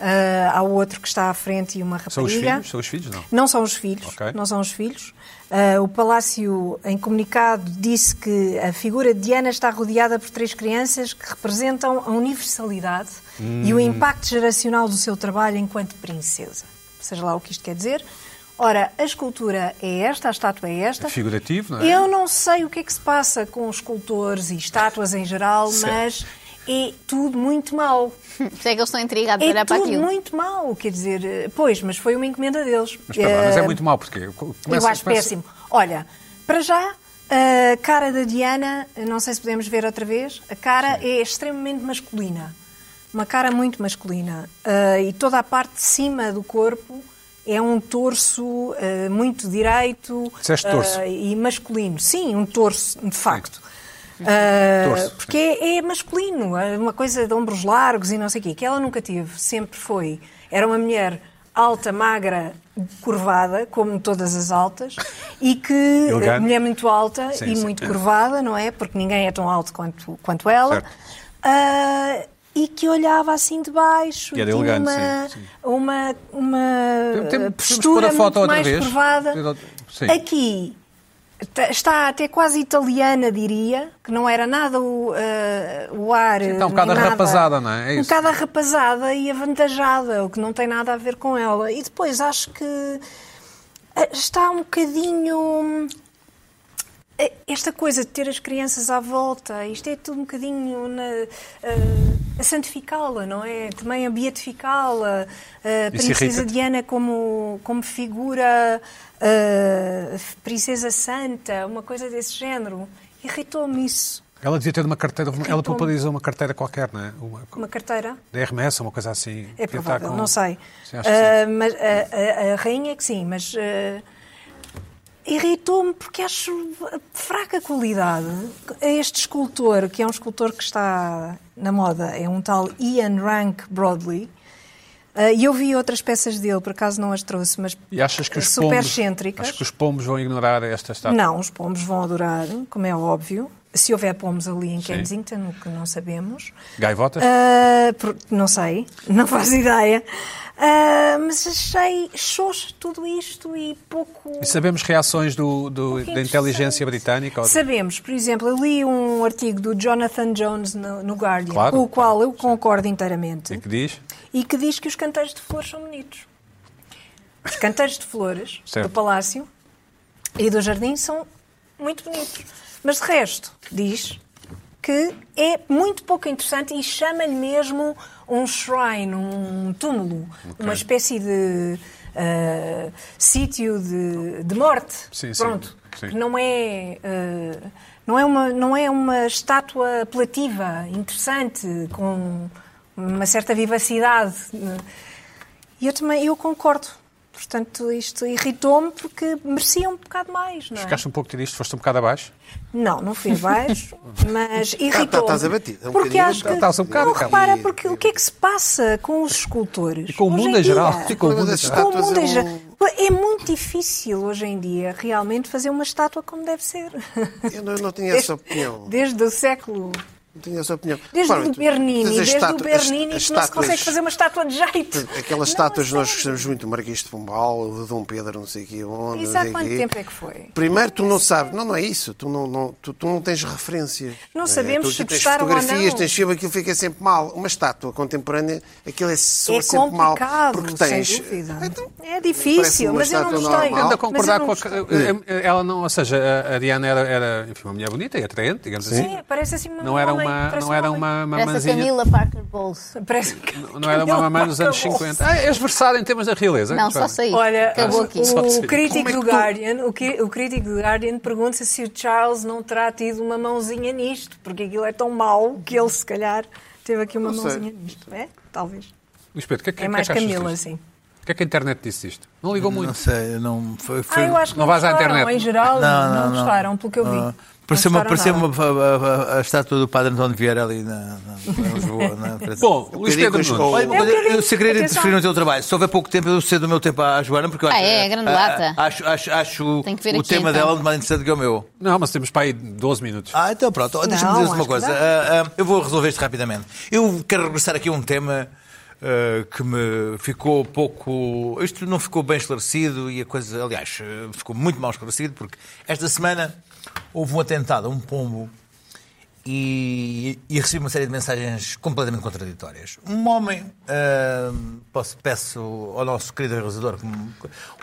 Speaker 5: Ah, há outro que está à frente e uma rapariga.
Speaker 2: são os filhos? São os filhos, não?
Speaker 5: Não são os filhos.
Speaker 2: Ok.
Speaker 5: Não são os filhos. Ah, o Palácio, em comunicado, disse que a figura de Diana está rodeada por três crianças que representam a universalidade e
Speaker 2: Hum.
Speaker 5: o impacto geracional do seu trabalho enquanto princesa. Seja lá o que isto quer dizer. Ora, a escultura é esta, a estátua é esta.
Speaker 2: É figurativo, não é?
Speaker 5: Eu não sei o que é que se passa com escultores e estátuas em geral, mas é tudo
Speaker 2: (laughs)
Speaker 5: muito mau.
Speaker 6: Por isso é que eles estão intrigados a
Speaker 5: É
Speaker 6: olhar para
Speaker 5: tudo
Speaker 6: aquilo.
Speaker 5: muito mau, quer dizer, eh, pois, mas foi uma encomenda deles.
Speaker 2: Mas, espera lá, mas é
Speaker 5: Eh,
Speaker 2: muito mau, porque começa,
Speaker 5: eu
Speaker 2: começa-
Speaker 5: acho péssimo. Olha, para já, a cara da Diana, não sei se podemos ver outra vez, a cara é extremamente masculina. Uma cara muito masculina. Ah, e toda a parte de cima do corpo é um torso ah, muito direito.
Speaker 2: Disseste
Speaker 5: ah,
Speaker 2: torso.
Speaker 5: e masculino. Sim, um torso, de facto. Ah,
Speaker 2: Um Torso, sim.
Speaker 5: porque é, é masculino, é uma coisa de ombros largos e não sei o quê, que ela nunca teve, sempre foi. Era uma mulher alta, magra, curvada, como todas as altas, e que
Speaker 2: Elegante.
Speaker 5: mulher muito alta
Speaker 2: Sim,
Speaker 5: e
Speaker 2: sim.
Speaker 5: muito curvada, não é? Porque ninguém é tão alto quanto, quanto ela.
Speaker 2: Certo.
Speaker 5: Ah, e que olhava assim de baixo
Speaker 2: E era
Speaker 5: tinha
Speaker 2: elegante,
Speaker 5: uma,
Speaker 2: sim, sim.
Speaker 5: uma, uma
Speaker 2: Tem- tem- podemos
Speaker 5: postura
Speaker 2: pôr a foto
Speaker 5: muito
Speaker 2: outra
Speaker 5: mais
Speaker 2: vez?
Speaker 5: curvada.
Speaker 2: Sim. Sim.
Speaker 5: Aqui t- Tá, está até quase italiana, diria, que não era nada o, eh, o ar.
Speaker 2: está um bocado
Speaker 5: nem nada.
Speaker 2: arrapazada, não é? É
Speaker 5: um
Speaker 2: isso.
Speaker 5: bocado arrapazada e avantajada, o que não tem nada a ver com ela. E depois acho que eh, está um bocadinho. eh, Esta coisa de ter as crianças à volta, isto é tudo um bocadinho na, eh, a santificá-la, não é? Também a beatificá-la. eh,
Speaker 2: Isso
Speaker 5: princesa
Speaker 2: irrita-te?
Speaker 5: Diana como, como figura eh, princesa santa, uma coisa desse género. Irritou-me isso.
Speaker 2: Ela devia ter uma carteira, ela popularizou uma carteira qualquer, não é? Uma,
Speaker 5: Uma carteira?
Speaker 2: da RMS, uma coisa assim. Devia
Speaker 5: É
Speaker 2: estar
Speaker 5: provável,
Speaker 2: com-
Speaker 5: não sei.
Speaker 2: Sim, acho que
Speaker 5: Ah, mas a, a- a rainha é que sim, mas ah, irritou-me porque acho fraca qualidade. Este escultor, que é um escultor que está na moda, é um tal Ian Rank Broadley. ah, E eu vi outras peças dele, por acaso não as trouxe, mas
Speaker 2: E achas que os
Speaker 5: super
Speaker 2: pombos,
Speaker 5: excêntricas.
Speaker 2: acho que os pombos vão ignorar esta estátua?
Speaker 5: Não, os pombos vão adorar, como é óbvio. Se houver pombos ali em Kensington, o que não sabemos.
Speaker 2: Gaivotas?
Speaker 5: Ah, por- não sei, (laughs) não faço ideia. Ah, mas achei xoxo tudo isto e pouco.
Speaker 2: E sabemos reações do, do-
Speaker 5: que
Speaker 2: da inteligência britânica? ou-
Speaker 5: Sabemos, por exemplo, eu li um artigo do Jonathan Jones no, no Guardian,
Speaker 2: Claro,
Speaker 5: com o qual
Speaker 2: claro,
Speaker 5: eu concordo inteiramente,
Speaker 2: E que diz?
Speaker 5: e que diz que os canteiros de flores são bonitos. Os canteiros de flores
Speaker 2: Certo.
Speaker 5: do palácio e do jardim são muito bonitos. Mas de resto, diz que é muito pouco interessante e chama-lhe mesmo um shrine, um túmulo, uma espécie de ah, sítio de, de morte.
Speaker 2: Sim, sim.
Speaker 5: Pronto.
Speaker 2: Sim.
Speaker 5: Que não é. ah, não é, uma, não é uma estátua apelativa, interessante, com uma certa vivacidade. E eu também eu concordo. Portanto, isto irritou-me porque merecia um bocado mais, não é?
Speaker 2: Ficaste um pouco triste, foste um bocado abaixo?
Speaker 5: Não, não fui abaixo, mas irritou-me.
Speaker 3: tá- estás abatida, um
Speaker 5: porque
Speaker 3: bocadinho,
Speaker 5: acho que...
Speaker 3: tá-
Speaker 2: estás um bocado,
Speaker 5: não,
Speaker 2: Carla.
Speaker 5: repara, porque o que é que se passa com os escultores? E
Speaker 2: com o mundo em geral. E com o mundo em
Speaker 3: geral.
Speaker 5: Com o mundo
Speaker 3: Estátuas
Speaker 5: em
Speaker 3: é
Speaker 5: geral.
Speaker 3: um-
Speaker 5: É muito difícil hoje em dia realmente fazer uma estátua como deve ser.
Speaker 3: Eu não, eu não tinha essa opinião.
Speaker 5: Desde o século.
Speaker 3: Não tinha essa opinião.
Speaker 5: Desde
Speaker 3: Repara,
Speaker 5: o
Speaker 3: tu-
Speaker 5: Bernini,
Speaker 3: tens as
Speaker 5: desde o
Speaker 3: estátuas- as-
Speaker 5: Bernini,
Speaker 3: as
Speaker 5: que não se
Speaker 3: estátuas-
Speaker 5: consegue fazer uma estátua de jeito.
Speaker 3: Aquelas estátuas nós gostamos muito, o Marquês de Pombal, o de Dom Pedro, não sei o quê. onde,
Speaker 5: Isso
Speaker 3: não
Speaker 5: há
Speaker 3: sei
Speaker 5: quanto
Speaker 3: quê.
Speaker 5: tempo é que foi?
Speaker 3: Primeiro, tu não sabes, não, não é isso, tu não, não- tu, tu não tens referências.
Speaker 5: Não
Speaker 3: É,
Speaker 5: sabemos
Speaker 3: tu
Speaker 5: se
Speaker 3: tu tens
Speaker 5: gostaram ou
Speaker 3: fotografias,
Speaker 5: não.
Speaker 3: tens filme, aquilo fica sempre mal. Uma estátua contemporânea, aquilo é, soa
Speaker 5: É
Speaker 3: sempre mal.
Speaker 5: complicado,
Speaker 3: Porque
Speaker 5: sem
Speaker 3: tens.
Speaker 5: dúvida.
Speaker 3: Então,
Speaker 5: É
Speaker 3: parece
Speaker 5: difícil,
Speaker 3: uma
Speaker 5: mas eu não
Speaker 3: estátua normal.
Speaker 5: gostei.
Speaker 2: Tendo a
Speaker 5: Mas eu
Speaker 2: concordar
Speaker 5: não
Speaker 2: com a. eh,
Speaker 5: gostei.
Speaker 2: Ela não, ou seja, a- a Diana era, era enfim, uma mulher bonita e atraente, digamos assim.
Speaker 5: É, parece assim uma
Speaker 2: Não era
Speaker 5: homem,
Speaker 2: uma,
Speaker 5: parece
Speaker 2: não
Speaker 5: um
Speaker 2: era
Speaker 5: homem.
Speaker 2: uma
Speaker 6: Parece a
Speaker 2: mamãzinha.
Speaker 6: Camila Parker Bowles.
Speaker 5: Parece que-
Speaker 2: Não era uma mamãe dos anos
Speaker 5: Acabou.
Speaker 2: 50. Ah, és versada em termos da realeza. é
Speaker 6: Não, só
Speaker 2: Joana.
Speaker 6: saí.
Speaker 5: Olha,
Speaker 6: Acabou
Speaker 5: o-
Speaker 6: aqui.
Speaker 5: o,
Speaker 2: sair.
Speaker 5: crítico
Speaker 3: Como é que
Speaker 5: do
Speaker 3: tu-
Speaker 5: Guardian, o, cri- o crítico do Guardian pergunta se o Charles não terá tido uma mãozinha nisto, porque aquilo é tão mau que ele se calhar teve aqui uma
Speaker 3: Não sei.
Speaker 5: mãozinha nisto, é? Talvez.
Speaker 2: Luís Pedro, o que é que,
Speaker 5: É
Speaker 2: o
Speaker 5: mais
Speaker 2: que é que achas
Speaker 5: Camila,
Speaker 2: disto?
Speaker 5: assim.
Speaker 2: O que é que a internet disse isto? Não ligou muito.
Speaker 4: Não sei, eu não. Foi,
Speaker 5: Ah,
Speaker 4: foi-
Speaker 5: eu acho que
Speaker 2: Não
Speaker 5: não,
Speaker 2: vais à
Speaker 5: gostaram,
Speaker 2: internet.
Speaker 5: em geral,
Speaker 4: Não,
Speaker 5: não,
Speaker 4: não, não.
Speaker 5: gostaram, pelo que eu vi.
Speaker 4: Ah,
Speaker 5: Não
Speaker 4: Pareceu-me
Speaker 5: gostaram
Speaker 4: pareceu
Speaker 5: nada.
Speaker 4: a, a- a estátua do Padre António Vieira ali na, na, em Lisboa.
Speaker 6: (laughs)
Speaker 4: Na,
Speaker 2: Bom, Luís Pedro
Speaker 3: bocadinho com
Speaker 2: Nunes.
Speaker 3: escola.
Speaker 4: Olha, uma
Speaker 5: É um
Speaker 4: coisa,
Speaker 5: bocadinho,
Speaker 4: eu se querer
Speaker 5: atenção.
Speaker 4: interferir no teu trabalho, se houver pouco tempo, eu cedo o meu tempo à Joana, porque eu
Speaker 6: Ah,
Speaker 4: acho,
Speaker 6: é, é grande
Speaker 4: a- a-
Speaker 6: lata.
Speaker 4: acho, acho, acho
Speaker 6: Tem que ver
Speaker 4: o
Speaker 6: aqui,
Speaker 4: tema
Speaker 6: então.
Speaker 4: dela muito mais interessante que o meu.
Speaker 2: Não, mas temos para aí 12 minutos.
Speaker 4: Ah, então pronto. Ó, Deixa-me
Speaker 5: Não, acho
Speaker 4: dizer-vos uma
Speaker 5: que
Speaker 4: coisa.
Speaker 5: dá.
Speaker 4: Ah, ah, eu vou resolver isto rapidamente. Eu quero regressar aqui a um tema ah, que me ficou pouco. Isto não ficou bem esclarecido e a coisa, aliás, ah, ficou muito mal esclarecido porque esta semana houve um atentado a um pombo e, e recebi uma série de mensagens completamente contraditórias. Um homem, ah, posso, peço ao nosso querido realizador, que me-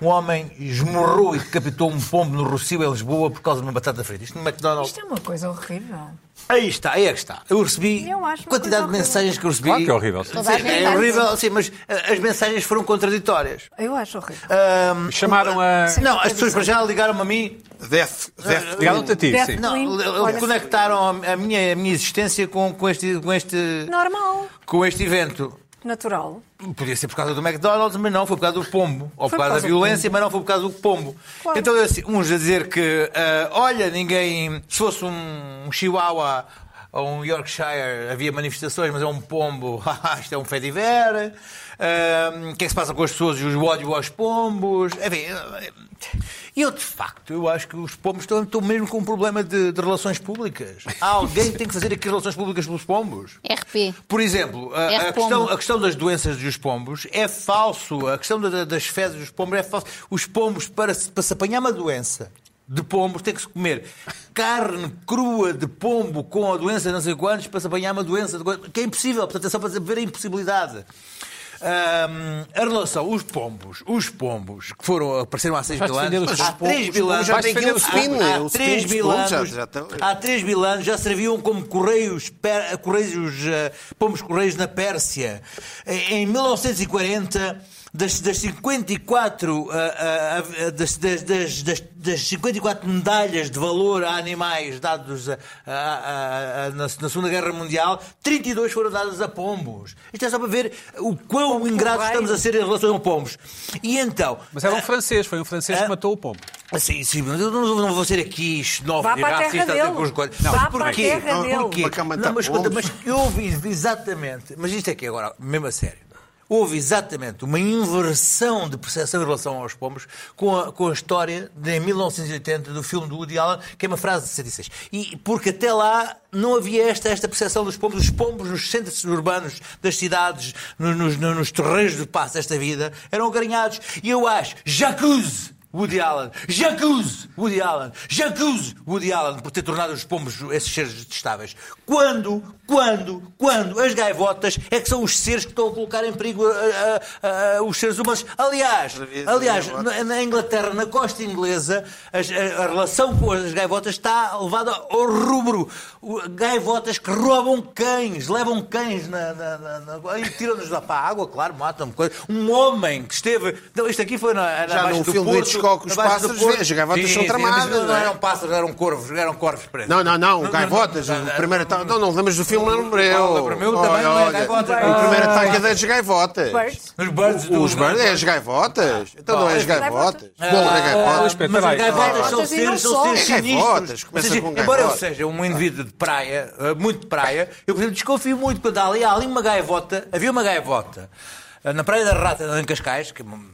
Speaker 4: um homem esmurrou e decapitou um pombo no Rocio, em Lisboa, por causa de uma batata frita. Isto no McDonald's.
Speaker 5: Isto é uma coisa horrível.
Speaker 4: Aí está, aí é que está. Eu recebi
Speaker 5: Eu acho uma
Speaker 4: quantidade de
Speaker 5: coisa
Speaker 4: mensagens que eu recebi.
Speaker 2: Claro que é horrível.
Speaker 4: Sim,
Speaker 6: Toda a gente
Speaker 4: é
Speaker 6: acha.
Speaker 4: horrível, sim, mas eh, as mensagens foram contraditórias.
Speaker 5: Eu acho horrível.
Speaker 4: Ah. Ahm,
Speaker 2: Chamaram a.
Speaker 4: não, as pessoas para já ligaram-me a mim,
Speaker 3: Death, Death
Speaker 2: Ligaram-te a ti,
Speaker 5: Ah, Death
Speaker 2: sim.
Speaker 4: não,
Speaker 5: Sim.
Speaker 4: le-
Speaker 5: Olha.
Speaker 4: conectaram a a minha, a minha existência com, com, este, com, este,
Speaker 5: Normal,
Speaker 4: com este evento.
Speaker 5: natural.
Speaker 4: Podia ser por causa do McDonald's, mas não, foi por causa do pombo. Ou por
Speaker 5: Foi
Speaker 4: causa da
Speaker 5: por causa do
Speaker 4: violência, mas não foi por causa do pombo.
Speaker 5: Claro.
Speaker 4: Então, eu, assim, uns a dizer que, ah, olha, ninguém. Se fosse um, um chihuahua a um Yorkshire havia manifestações, mas é um pombo, (laughs) isto é um fediver. O que é que se passa com as pessoas e os ódio aos pombos? Enfim, eu de facto, eu acho que os pombos estão, estão mesmo com um problema de, de relações públicas. Há alguém que tem que fazer aqui relações públicas pelos pombos.
Speaker 6: RP.
Speaker 4: Por exemplo, a, a
Speaker 6: É
Speaker 4: questão,
Speaker 6: pombo.
Speaker 4: a questão das doenças dos pombos é falso. A questão da- da- das fezes dos pombos é falso. Os pombos, para se, para se apanhar uma doença de pombos, tem que se comer carne crua de pombo com a doença de não sei quantos para se apanhar uma doença de coisa- que é impossível. Portanto, é só para ver a impossibilidade. Ahm, a relação, os pombos, os pombos que foram, apareceram há 6
Speaker 2: Vais
Speaker 4: mil
Speaker 2: defender
Speaker 4: anos,
Speaker 2: os
Speaker 4: há
Speaker 2: pombos?
Speaker 4: 3 mil anos,
Speaker 3: Já
Speaker 2: tem aqui o
Speaker 3: spin,
Speaker 4: há,
Speaker 3: o
Speaker 4: há
Speaker 3: spin
Speaker 4: 3
Speaker 3: dos
Speaker 4: mil
Speaker 3: pombos, já-
Speaker 4: anos,
Speaker 3: já estão-
Speaker 4: há 3 mil anos já serviam como correios, per- correios eh, pomos correios na Pérsia. Eh, Em em 1940, das, das 54 ah, ah, ah, das, das, das, das, das 54 medalhas de valor a animais dados a- a- a- a- na, na Segunda Guerra Mundial, 32 foram dadas a pombos. Isto é só para ver o quão ingratos
Speaker 5: correio.
Speaker 4: estamos a ser em relação a pombos. E então,
Speaker 2: Mas era um francês, foi um francês
Speaker 5: Ah.
Speaker 2: que matou o pombo.
Speaker 4: Assim, sim, mas eu não, não vou ser aqui xenófobo
Speaker 5: Vá
Speaker 4: e
Speaker 5: para a terra
Speaker 4: racista
Speaker 5: dele.
Speaker 4: até com os coisas.
Speaker 5: Vá
Speaker 4: Mas
Speaker 5: para a
Speaker 4: porquê?
Speaker 5: terra
Speaker 4: Não,
Speaker 5: dele.
Speaker 4: porquê?
Speaker 3: Uma cama de
Speaker 4: Não, mas conta,
Speaker 3: tapomes.
Speaker 4: mas que houve exatamente, mas isto é que agora, mesmo a sério, houve exatamente uma inversão de percepção em relação aos pombos com a, com a história de 1980 do filme do Woody Allen, que é uma frase de 66. E porque até lá não havia esta, esta percepção dos pombos. Os pombos nos centros urbanos das cidades, no- nos, no- nos terreiros do passo desta vida, eram acarinhados. E eu acho, jacuzzi! Woody Allen, jacuzzi Woody Allen, jacuzzi Woody Allen, por ter tornado os pombos esses seres detestáveis. Quando, quando, quando as gaivotas é que são os seres que estão a colocar em perigo ah, ah, ah, os seres humanos? Aliás,
Speaker 3: vez,
Speaker 4: aliás,
Speaker 3: gaivotas.
Speaker 4: na- na Inglaterra, na costa inglesa, as- eh, a, a relação com as gaivotas está levada ao rubro. O- Gaivotas que roubam cães, levam cães na, na- na- na- e tiram-nos lá para a água, claro, matam-me coisa. Um homem que esteve. Não, isto aqui foi na, na
Speaker 3: Já
Speaker 4: Abaixo
Speaker 3: no
Speaker 4: do
Speaker 3: filme do
Speaker 4: Porto,
Speaker 3: Hitchcock, os
Speaker 4: abaixo do
Speaker 3: pássaros,
Speaker 4: Porto.
Speaker 3: vê, as gaivotas
Speaker 4: Sim,
Speaker 3: são
Speaker 4: sim,
Speaker 3: tramadas,
Speaker 4: mas
Speaker 3: não
Speaker 4: Não
Speaker 3: é?
Speaker 4: eram pássaros, eram corvos, eram corvos pretos.
Speaker 3: Não, não, não, o Gaivotas, o primeiro ataque. Não, não, lembras do filme Não Breu?
Speaker 4: Não, para mim também não é gaivota.
Speaker 3: O primeiro ataque é das Gaivotas.
Speaker 5: Birds.
Speaker 4: Os birds do-
Speaker 3: Os Birds, é as Gaivotas. Então não é as Gaivotas.
Speaker 4: Ah,
Speaker 3: Bom, é Gaivotas.
Speaker 2: espera,
Speaker 4: mas
Speaker 2: peraí.
Speaker 4: as gaivotas
Speaker 5: Ah.
Speaker 4: são
Speaker 5: Gaivotas e não
Speaker 4: seres, são
Speaker 5: só.
Speaker 4: seres
Speaker 3: É
Speaker 4: sinistros.
Speaker 3: gaivotas, começa
Speaker 4: Ou seja,
Speaker 3: com
Speaker 4: Embora eu
Speaker 3: gaivotas.
Speaker 4: seja um indivíduo de praia, eh, muito de praia, eu por exemplo, desconfio muito quando há ali, há ali uma gaivota, havia uma gaivota eh, na Praia da Rata, em Cascais, que hum,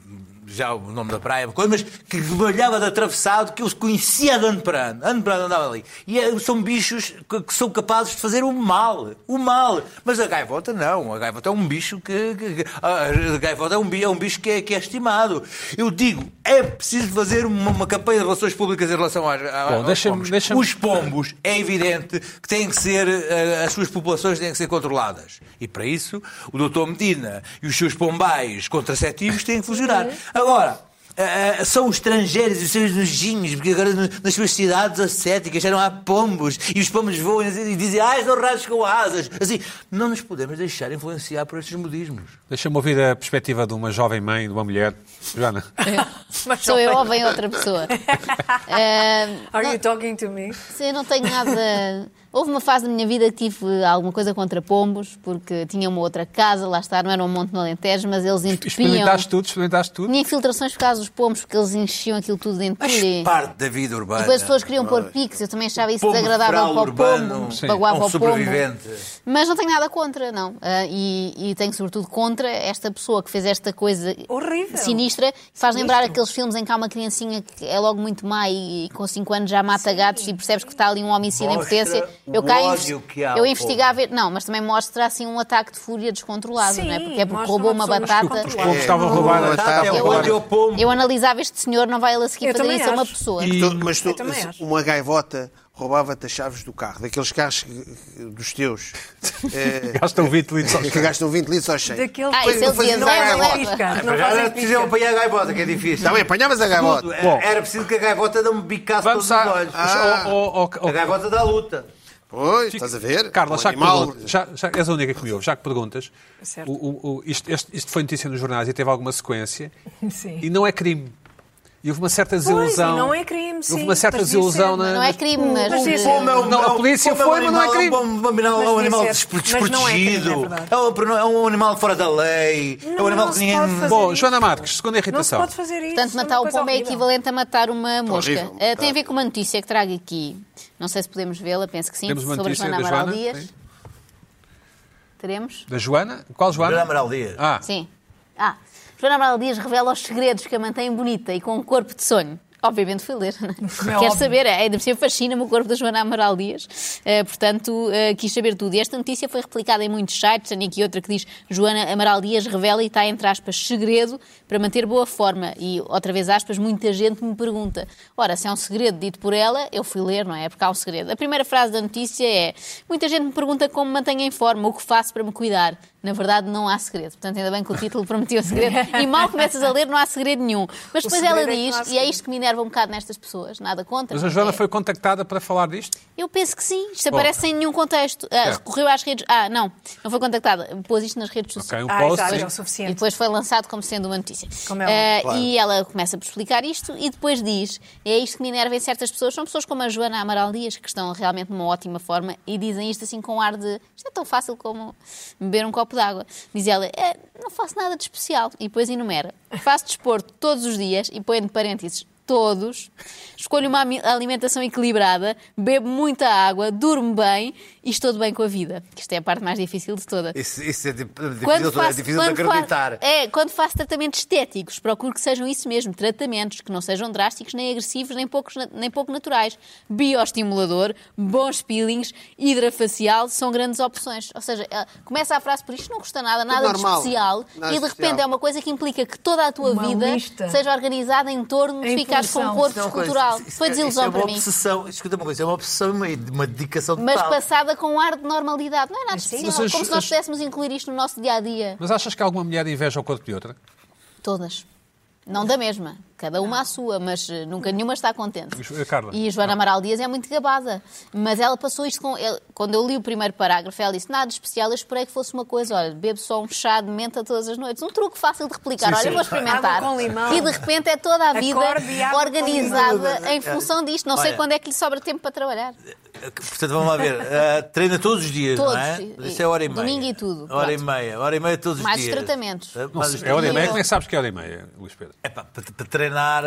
Speaker 4: já o nome da praia, é uma coisa, mas que olhava de atravessado, que eu conhecia de ano para ano. Ano para ano andava ali. E eh, são bichos que, que são capazes de fazer o mal. O mal. Mas a gaivota não. A gaivota é um bicho que. que- que- a gaivota é um, bi- é um bicho que é, que é estimado. Eu digo, é preciso fazer uma, uma campanha de relações públicas em relação às, a-
Speaker 2: Bom,
Speaker 4: aos
Speaker 2: deixa-me-
Speaker 4: pombos.
Speaker 2: deixa-me-
Speaker 4: Os pombos, é evidente que têm que ser, eh, as suas populações têm que ser controladas. E para isso, o doutor Medina e os seus pombais contraceptivos têm que funcionar. Agora, eh, eh, são os estrangeiros e os seus nojinhos, porque agora no- nas suas cidades ascéticas já não há pombos e os pombos voam e dizem, ah, são ratos com asas. Assim, não nos podemos deixar influenciar por estes modismos.
Speaker 2: Deixa-me ouvir a perspectiva de uma jovem mãe, de uma mulher. Joana,
Speaker 5: Mas
Speaker 6: Sou
Speaker 5: não
Speaker 6: eu
Speaker 5: tem-
Speaker 6: ou vem outra pessoa?
Speaker 5: (laughs)
Speaker 6: Ah,
Speaker 5: Are you talking to me?
Speaker 6: Sim, Eu não tenho nada. Houve uma fase da minha vida que tive alguma coisa contra pombos, porque tinha uma outra casa, lá está, não era um monte no Alentejo, mas eles entupiam.
Speaker 2: experimentaste tudo, experimentaste tudo.
Speaker 6: Tinha infiltrações por causa dos pombos, porque eles enchiam aquilo tudo de entulho.
Speaker 4: Parte da vida
Speaker 6: E
Speaker 4: urbana.
Speaker 6: Depois as pessoas queriam pôr piques, eu também achava isso
Speaker 4: Pombo
Speaker 6: desagradável
Speaker 4: fral
Speaker 6: para o
Speaker 4: urbano,
Speaker 6: pombo,
Speaker 4: sim,
Speaker 6: baguava
Speaker 4: um
Speaker 6: ao pombo.
Speaker 4: sobrevivente.
Speaker 6: Mas não tenho nada contra, não. Ah, e, e tenho sobretudo contra esta pessoa que fez esta coisa
Speaker 5: Horrível.
Speaker 6: sinistra, que faz lembrar aqueles filmes em que há uma criancinha que é logo muito má e, e com 5 anos já mata gatos e percebes que está ali um homicídio em
Speaker 4: Mostra
Speaker 6: potência. Eu
Speaker 4: o
Speaker 6: cá
Speaker 4: ódio que há ao
Speaker 6: eu investigava, não, mas também mostra assim um ataque de fúria descontrolado,
Speaker 5: Sim,
Speaker 6: não é? Porque é porque
Speaker 5: mostra
Speaker 6: roubou
Speaker 5: uma
Speaker 6: uma
Speaker 5: pessoa
Speaker 6: batata.
Speaker 5: descontrolada.
Speaker 2: Os pombos estavam a roubar.
Speaker 3: Não,
Speaker 2: estavam a
Speaker 4: É
Speaker 3: Eu
Speaker 2: roubar.
Speaker 4: onde eu pombo.
Speaker 6: Eu analisava este senhor, não vai ele a seguir
Speaker 5: Eu
Speaker 6: fazer
Speaker 5: também
Speaker 6: isso a uma
Speaker 5: acho.
Speaker 6: pessoa.
Speaker 3: Tu- Mas tu,
Speaker 5: Eu também acho.
Speaker 3: uma gaivota roubava-te as chaves do carro, daqueles carros que- dos teus, eh,
Speaker 2: Gastam 20 litros aos
Speaker 3: que gastam 20 litros aos 100.
Speaker 5: Daquele tipo
Speaker 6: Ah,
Speaker 5: que
Speaker 6: isso eles
Speaker 3: fazia-
Speaker 6: iam
Speaker 3: não era
Speaker 6: leva,
Speaker 3: gaivota.
Speaker 6: leva.
Speaker 5: é pisca, não
Speaker 4: Já era
Speaker 5: fazem
Speaker 4: preciso
Speaker 5: pisca.
Speaker 4: apanhar a gaivota, que é difícil.
Speaker 3: Também apanhavas a gaivota.
Speaker 4: Tudo. É-
Speaker 2: Bom.
Speaker 4: Era preciso que a gaivota não me bicasse
Speaker 2: Vamos
Speaker 4: todos
Speaker 2: à...
Speaker 4: os olhos.
Speaker 2: Ah.
Speaker 4: A gaivota da luta.
Speaker 3: Pois, estás a ver?
Speaker 2: Carla,
Speaker 3: Um
Speaker 2: já que,
Speaker 3: animal.
Speaker 2: perguntas, já, já és a única que me ouve, já que perguntas,
Speaker 5: É Certo.
Speaker 2: o, o- o- isto, este- isto foi notícia nos jornais e teve alguma sequência,
Speaker 5: Sim.
Speaker 2: e não é crime. E houve uma certa
Speaker 5: Pois,
Speaker 2: desilusão.
Speaker 5: e não é crime, sim.
Speaker 2: Houve uma certa
Speaker 5: Mas devia
Speaker 2: desilusão
Speaker 5: ser,
Speaker 2: na-
Speaker 6: Não é crime, mas.
Speaker 5: Mas isso-
Speaker 4: pombo é um-
Speaker 2: Não, a
Speaker 4: é um-
Speaker 2: polícia
Speaker 4: pombo é
Speaker 2: foi, mas não é crime.
Speaker 4: Um animal, um animal, é um
Speaker 5: Mas
Speaker 4: animal
Speaker 5: devia ser.
Speaker 4: despre-
Speaker 5: Mas não é crime,
Speaker 4: desprotegido.
Speaker 5: é verdade.
Speaker 4: É um- é um animal fora da lei. É um
Speaker 5: Não,
Speaker 4: animal
Speaker 5: não
Speaker 4: que
Speaker 5: se
Speaker 4: ninguém.
Speaker 5: pode fazer
Speaker 2: Bom,
Speaker 5: isso.
Speaker 2: Joana Marques, segunda
Speaker 5: Não se
Speaker 2: irritação.
Speaker 5: pode fazer isso.
Speaker 6: Portanto,
Speaker 5: é uma
Speaker 6: matar o
Speaker 5: coisa
Speaker 6: pombo é
Speaker 5: horrível.
Speaker 6: equivalente a matar uma mosca.
Speaker 3: horrível,
Speaker 6: Eh,
Speaker 3: tá.
Speaker 6: tem a ver com uma notícia que trago aqui. Não sei se podemos vê-la, penso que sim.
Speaker 2: Temos uma
Speaker 6: sobre a
Speaker 2: notícia
Speaker 6: Joana
Speaker 2: da
Speaker 6: Amaral
Speaker 2: Joana?
Speaker 6: Dias.
Speaker 2: Sim.
Speaker 6: Teremos?
Speaker 2: Da Joana? Qual Joana?
Speaker 4: Joana Amaral Dias.
Speaker 2: Ah,
Speaker 6: Sim. Ah, Joana Amaral Dias revela os segredos que a mantêm bonita e com um corpo de sonho. Obviamente fui ler. não é? Quero
Speaker 5: óbvio.
Speaker 6: saber, ainda por cima fascina-me o corpo da Joana Amaral Dias. Eh, portanto, eh, quis saber tudo. E esta notícia foi replicada em muitos sites. Tenho aqui outra que diz Joana Amaral Dias revela e está, entre aspas, segredo para manter boa forma. E, outra vez, aspas, muita gente me pergunta. Ora, se é um segredo dito por ela, eu fui ler, não é? Porque há um segredo. A primeira frase da notícia é Muita gente me pergunta como me mantenho em forma, o que faço para me cuidar. Na verdade, não há segredo. Portanto, ainda bem que o título prometeu segredo. E mal começas a ler, não há segredo nenhum. Mas depois
Speaker 5: segredo
Speaker 6: ela
Speaker 5: é que
Speaker 6: diz,
Speaker 5: não há
Speaker 6: e é
Speaker 5: segredo.
Speaker 6: isto que me enerva um bocado nestas pessoas, nada contra.
Speaker 2: mas a
Speaker 6: porque
Speaker 2: Joana
Speaker 6: é-
Speaker 2: foi contactada para falar disto?
Speaker 6: Eu penso que sim, isto aparece sem nenhum contexto. Ah,
Speaker 2: Certo.
Speaker 6: recorreu às redes. Ah, não, não foi contactada. Pôs isto nas redes sociais.
Speaker 2: Ok, um
Speaker 5: Ah,
Speaker 2: post.
Speaker 5: exato,
Speaker 2: sim.
Speaker 5: é o
Speaker 6: E
Speaker 5: suficiente.
Speaker 6: depois foi lançado como sendo uma notícia.
Speaker 5: Como é
Speaker 6: Ah, E ela começa por explicar isto e depois diz: é isto que me enerva em certas pessoas. São pessoas como a Joana Amaral Dias, que estão realmente numa ótima forma e dizem isto assim com ar de isto é tão fácil como beber um copo de água. Diz ela: "É, não faço nada de especial. E depois enumera: faço desporto todos os dias e põe entre parênteses. Todos, escolho uma ami- alimentação equilibrada, bebo muita água, durmo bem e estou de bem com a vida. que Isto é a parte mais difícil de toda.
Speaker 4: Isso, isso é di- difícil,
Speaker 6: Quando
Speaker 4: é
Speaker 6: faço-
Speaker 4: difícil
Speaker 6: quando
Speaker 4: de
Speaker 6: fa-
Speaker 5: um
Speaker 4: acreditar.
Speaker 6: é, quando faço tratamentos estéticos, procuro que sejam isso mesmo, tratamentos que não sejam drásticos, nem agressivos, nem, poucos, na- nem pouco naturais. Bioestimulador, bons peelings, hidrafacial, são grandes opções. Ou seja, ela começa a frase por isto não custa nada, nada
Speaker 3: normal.
Speaker 6: de especial,
Speaker 3: Nada
Speaker 6: e de
Speaker 3: especial.
Speaker 6: repente é uma coisa que implica que toda a tua
Speaker 5: Uma
Speaker 6: vida
Speaker 5: lista.
Speaker 6: seja organizada em torno de
Speaker 5: Em
Speaker 6: ficares com um
Speaker 5: função.
Speaker 6: corpo
Speaker 4: Isso é uma coisa,
Speaker 6: escultural.
Speaker 4: isso- isso
Speaker 6: Foi
Speaker 4: é-
Speaker 6: desilusão
Speaker 4: isso é uma
Speaker 6: para mim.
Speaker 4: obsessão. Escuta uma coisa, é uma obsessão e uma, uma dedicação total.
Speaker 6: Mas passada com um ar de normalidade. Não é nada especial.
Speaker 2: Mas as-
Speaker 6: como se nós
Speaker 2: as-
Speaker 6: pudéssemos incluir isto no nosso dia a dia.
Speaker 2: Mas achas que alguma mulher inveja o corpo de outra?
Speaker 6: Todas. Não da mesma. Cada uma a sua, mas eh, nunca nenhuma está contente.
Speaker 2: E Jo- eh, Carla?
Speaker 6: E Joana Amaral Dias é muito gabada. Mas ela passou isto com. ele- quando eu li o primeiro parágrafo, ela disse: nada de especial, eu esperei que fosse uma coisa. Olha, bebo só um chá de menta todas as noites. Um truque fácil de replicar.
Speaker 2: Sim,
Speaker 6: Olha,
Speaker 2: sim.
Speaker 6: eu vou experimentar.
Speaker 5: Água com limão.
Speaker 6: E de repente é toda a vida
Speaker 5: Acorde e água com
Speaker 6: organizada
Speaker 5: limão.
Speaker 6: em função disto. Não sei
Speaker 4: Olha.
Speaker 6: quando é que lhe sobra tempo para trabalhar.
Speaker 4: Portanto, vamos lá ver.
Speaker 6: (laughs)
Speaker 4: Ah, treina todos os dias,
Speaker 6: Todos.
Speaker 4: não é?
Speaker 6: E-
Speaker 4: Isso é hora e meia.
Speaker 6: domingo e tudo.
Speaker 4: Hora e
Speaker 6: Pronto.
Speaker 4: meia. Hora e meia todos
Speaker 6: Mais
Speaker 4: os
Speaker 6: os
Speaker 4: dias.
Speaker 6: tratamentos.
Speaker 4: Ah,
Speaker 2: Não
Speaker 4: mais
Speaker 2: sei,
Speaker 4: os
Speaker 2: é hora e
Speaker 6: eu-
Speaker 2: meia? Como é que sabes que é hora e meia, Luís Pedro?
Speaker 4: É pá, para, para treinar,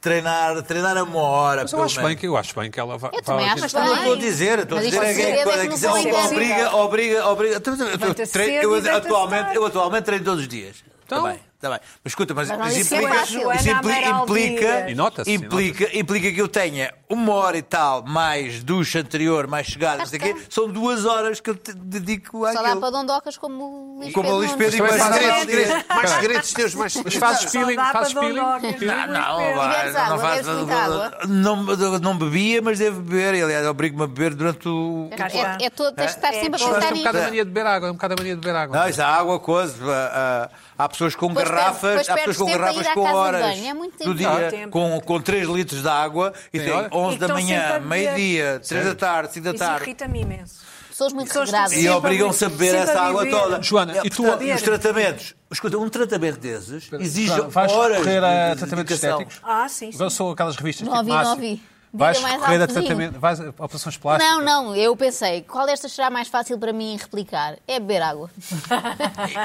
Speaker 4: treinar, treinar a uma hora.
Speaker 2: Mas eu
Speaker 4: pelo
Speaker 2: acho
Speaker 4: menos.
Speaker 2: bem que, eu acho bem que ela vai.
Speaker 6: Eu também
Speaker 2: vai-
Speaker 6: acho
Speaker 4: Não,
Speaker 6: bem.
Speaker 4: não estou a dizer, estou a
Speaker 6: Mas
Speaker 4: dizer
Speaker 6: isto
Speaker 4: é
Speaker 6: é
Speaker 4: que é
Speaker 6: segredo, é que
Speaker 4: que
Speaker 6: não
Speaker 4: dizer,
Speaker 6: são
Speaker 4: obriga,
Speaker 5: possíveis.
Speaker 4: obriga, obriga, obriga. Eu- eu- eu-
Speaker 5: Levanta-se
Speaker 4: treino-
Speaker 5: cedo e
Speaker 4: Eu
Speaker 5: deita-se
Speaker 4: atualmente,
Speaker 5: tarde.
Speaker 4: eu atualmente treino todos os dias.
Speaker 2: Então?
Speaker 4: Está bem, está bem. Mas escuta, mas,
Speaker 6: Mas não
Speaker 4: isso
Speaker 6: disse que é
Speaker 4: implica,
Speaker 6: fácil.
Speaker 4: isso
Speaker 5: Ana
Speaker 4: impli-
Speaker 5: Amaral
Speaker 4: implica,
Speaker 5: Dias.
Speaker 2: E nota-se, e
Speaker 4: implica, implica que eu tenha uma hora e tal, mais ducha anterior, mais chegada, não sei o quê, são duas horas que eu te dedico
Speaker 6: Tá. Só dá para
Speaker 4: àquilo.
Speaker 6: dondocas como o Luís
Speaker 4: Como o Luís
Speaker 6: Nunes.
Speaker 4: Pedro e
Speaker 2: Mas
Speaker 4: mais
Speaker 2: também
Speaker 4: três.
Speaker 2: faz-
Speaker 4: três.
Speaker 3: Mais
Speaker 2: Espera.
Speaker 3: segredos teus, mais
Speaker 2: Mas
Speaker 3: segredos.
Speaker 2: fazes
Speaker 5: Só
Speaker 2: peeling,
Speaker 5: dá para
Speaker 2: fazes peeling.
Speaker 5: dondocas.
Speaker 4: Não, não,
Speaker 5: Muito
Speaker 4: vai,
Speaker 6: bebes
Speaker 4: não,
Speaker 6: água,
Speaker 4: faz-
Speaker 6: bebes muita água.
Speaker 4: não, não bebia, mas devo beber. E, Aliás, obrigo-me a beber durante o.
Speaker 5: Cá está.
Speaker 6: É, é todo, tens de estar sempre a
Speaker 2: Mas
Speaker 6: pensar
Speaker 2: tem um bocado a
Speaker 6: nisto.
Speaker 2: mania de beber água, é um bocado a mania de beber água.
Speaker 4: Não, isso é água, coisa. ah, ah, há pessoas com
Speaker 6: Depois perdes-
Speaker 4: garrafas,
Speaker 6: depois
Speaker 4: há pessoas com
Speaker 6: perdes tempo a
Speaker 4: garrafas
Speaker 6: ir à
Speaker 4: com
Speaker 6: casa de
Speaker 4: horas
Speaker 6: banho, é muito tempo.
Speaker 4: do
Speaker 5: Dá
Speaker 4: dia,
Speaker 5: tempo.
Speaker 4: com, com 3 litros de água e
Speaker 2: Tem
Speaker 4: tem
Speaker 2: hora?
Speaker 4: 11
Speaker 5: E
Speaker 4: da
Speaker 5: estão sempre
Speaker 4: manhã,
Speaker 5: a beber.
Speaker 4: meio-dia, 3 da tarde, 5 da
Speaker 5: Isso
Speaker 4: tarde.
Speaker 5: irrita-me imenso.
Speaker 6: Pessoas muito
Speaker 5: Pessoas que
Speaker 6: regradas.
Speaker 4: E
Speaker 5: Sempre a
Speaker 4: obrigam-se a
Speaker 5: beber,
Speaker 4: beber essa
Speaker 5: sempre a
Speaker 4: água
Speaker 5: beber.
Speaker 4: toda.
Speaker 2: Joana,
Speaker 4: É,
Speaker 2: e tu-
Speaker 4: portanto,
Speaker 5: Beber.
Speaker 4: os tratamentos. Escuta, um tratamento desses exige
Speaker 2: vais
Speaker 4: horas
Speaker 2: correr a
Speaker 4: de- de
Speaker 2: tratamentos
Speaker 4: dedicação.
Speaker 2: estéticos?
Speaker 5: Ah, sim, sim.
Speaker 2: Não são aquelas revistas
Speaker 6: Não
Speaker 2: tipo
Speaker 6: ouvi, não
Speaker 2: Márcio.
Speaker 6: ouvi.
Speaker 2: Vais
Speaker 6: Diga mais
Speaker 2: correr a
Speaker 6: altozinho.
Speaker 2: tratamento, vais a operações plásticas.
Speaker 6: Não, não, eu pensei, qual desta será mais fácil para mim replicar? É beber
Speaker 2: (laughs)
Speaker 6: água.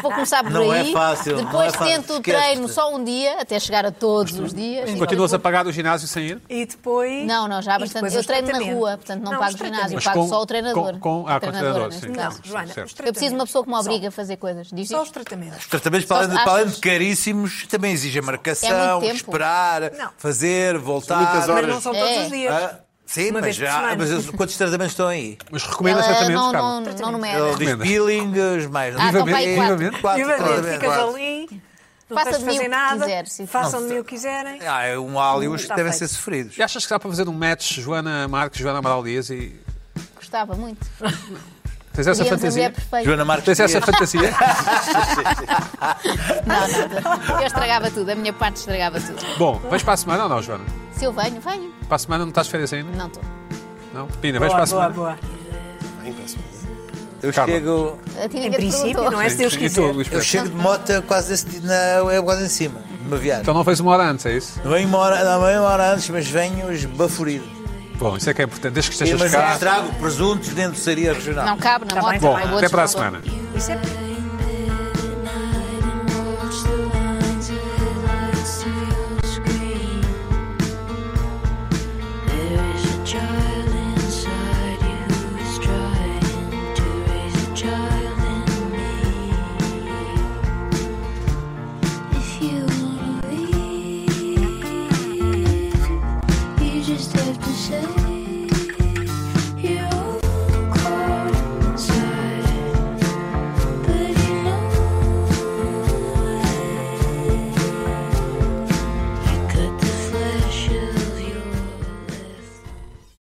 Speaker 6: Vou começar por
Speaker 4: Não é
Speaker 6: aí.
Speaker 4: fácil, não
Speaker 6: Depois
Speaker 4: é fácil,
Speaker 6: tento o
Speaker 4: esquece-te.
Speaker 6: treino só um dia, até chegar a todos os dias. E
Speaker 2: Continuas a
Speaker 6: depois-
Speaker 2: pagar o ginásio sem ir?
Speaker 5: E depois.
Speaker 6: Não, não, já há
Speaker 5: e depois
Speaker 6: bastante. Eu
Speaker 5: os
Speaker 6: treino na
Speaker 5: tratamentos.
Speaker 6: rua, portanto não,
Speaker 5: Não,
Speaker 6: pago
Speaker 5: os
Speaker 6: ginásio,
Speaker 5: tratamentos.
Speaker 6: pago
Speaker 2: com-
Speaker 6: só o treinador.
Speaker 2: com- com- ah,
Speaker 6: a
Speaker 2: com o treinador,
Speaker 6: neste
Speaker 2: sim.
Speaker 6: caso.
Speaker 5: Não, Joana,
Speaker 2: Certo.
Speaker 5: os
Speaker 6: Eu preciso de uma
Speaker 5: tratamentos.
Speaker 6: pessoa que me obrigue a fazer coisas. Diz
Speaker 5: Só
Speaker 6: isto.
Speaker 5: os tratamentos.
Speaker 4: Os tratamentos, para
Speaker 6: Só
Speaker 4: além,
Speaker 6: achas?
Speaker 4: de, para além de caríssimos, também exigem marcação,
Speaker 6: tempo.
Speaker 4: esperar,
Speaker 5: É Não.
Speaker 4: fazer, voltar.
Speaker 3: muitas
Speaker 5: Mas
Speaker 3: horas.
Speaker 5: não são
Speaker 6: É.
Speaker 5: todos os dias.
Speaker 4: Ah, sim,
Speaker 5: Uma
Speaker 4: mas,
Speaker 5: vez por
Speaker 4: já,
Speaker 5: semana.
Speaker 4: mas eu- quantos tratamentos estão aí?
Speaker 2: Mas
Speaker 6: Ela
Speaker 2: recomendas tratamentos,
Speaker 6: Eh, Ah, não,
Speaker 2: Carla?
Speaker 6: não, não,
Speaker 4: Ele
Speaker 6: numera.
Speaker 4: diz
Speaker 2: Recomendas.
Speaker 4: peeling, os mais.
Speaker 6: Ah, então vai quatro.
Speaker 2: Vivamente.
Speaker 5: E
Speaker 4: Quatro,
Speaker 5: o bandido
Speaker 4: claramente.
Speaker 5: ficas ali. Não
Speaker 6: Faça
Speaker 5: tens
Speaker 6: de
Speaker 5: de
Speaker 6: mim o
Speaker 5: fazer
Speaker 6: que
Speaker 5: nada.
Speaker 6: quiser, sim.
Speaker 5: Façam de mim o que quiserem.
Speaker 4: Ah, é um há ali os
Speaker 6: tá
Speaker 4: que
Speaker 5: Está
Speaker 4: devem ser
Speaker 5: feito.
Speaker 4: sofridos.
Speaker 2: E achas que dá para fazer um match Joana Marques, Joana Amaral Dias e.
Speaker 6: Gostava muito.
Speaker 2: Tens essa
Speaker 6: Queríamos a
Speaker 2: fantasia?
Speaker 6: mulher perfeita.
Speaker 4: Joana Marques.
Speaker 2: Tens essa
Speaker 6: (laughs)
Speaker 4: Dias.
Speaker 2: fantasia?
Speaker 6: Não, não, eu estragava tudo, a minha parte estragava tudo.
Speaker 2: Bom, vais para a semana ou não, Joana?
Speaker 6: Se eu venho, venho.
Speaker 2: Para a semana não estás de férias ainda?
Speaker 6: Não estou.
Speaker 2: Não? Pina, vais para
Speaker 5: Boa,
Speaker 2: a
Speaker 5: boa,
Speaker 2: semana?
Speaker 5: boa.
Speaker 4: Eu
Speaker 2: Carla.
Speaker 4: chego,
Speaker 6: A ti
Speaker 5: Em
Speaker 6: ninguém te
Speaker 5: princípio,
Speaker 6: perguntou.
Speaker 5: não é se Deus
Speaker 2: E tu,
Speaker 5: quiser.
Speaker 2: Luís
Speaker 4: eu
Speaker 2: Pedro?
Speaker 4: chego de moto quase, desse, na, é quase em cima. de uma viagem.
Speaker 2: Então não fez uma hora antes, é isso?
Speaker 4: Venho uma hora, não, venho uma hora antes, mas venho esbaforido.
Speaker 2: Bom, isso é que é importante. Desde que
Speaker 4: E,
Speaker 2: estejas
Speaker 4: mas é.
Speaker 2: cá.
Speaker 4: trago presuntos dentro de saria regional.
Speaker 6: Não cabe na
Speaker 5: Tá
Speaker 6: moto.
Speaker 5: bem, tá
Speaker 2: Bom,
Speaker 5: bem.
Speaker 6: vai,
Speaker 2: até para a
Speaker 6: outro valor.
Speaker 2: semana.
Speaker 5: Isso é
Speaker 7: Watch the lines of lights through the screen. There is a child inside you who is trying to raise a child in me. If you wanna leave, you just have to say.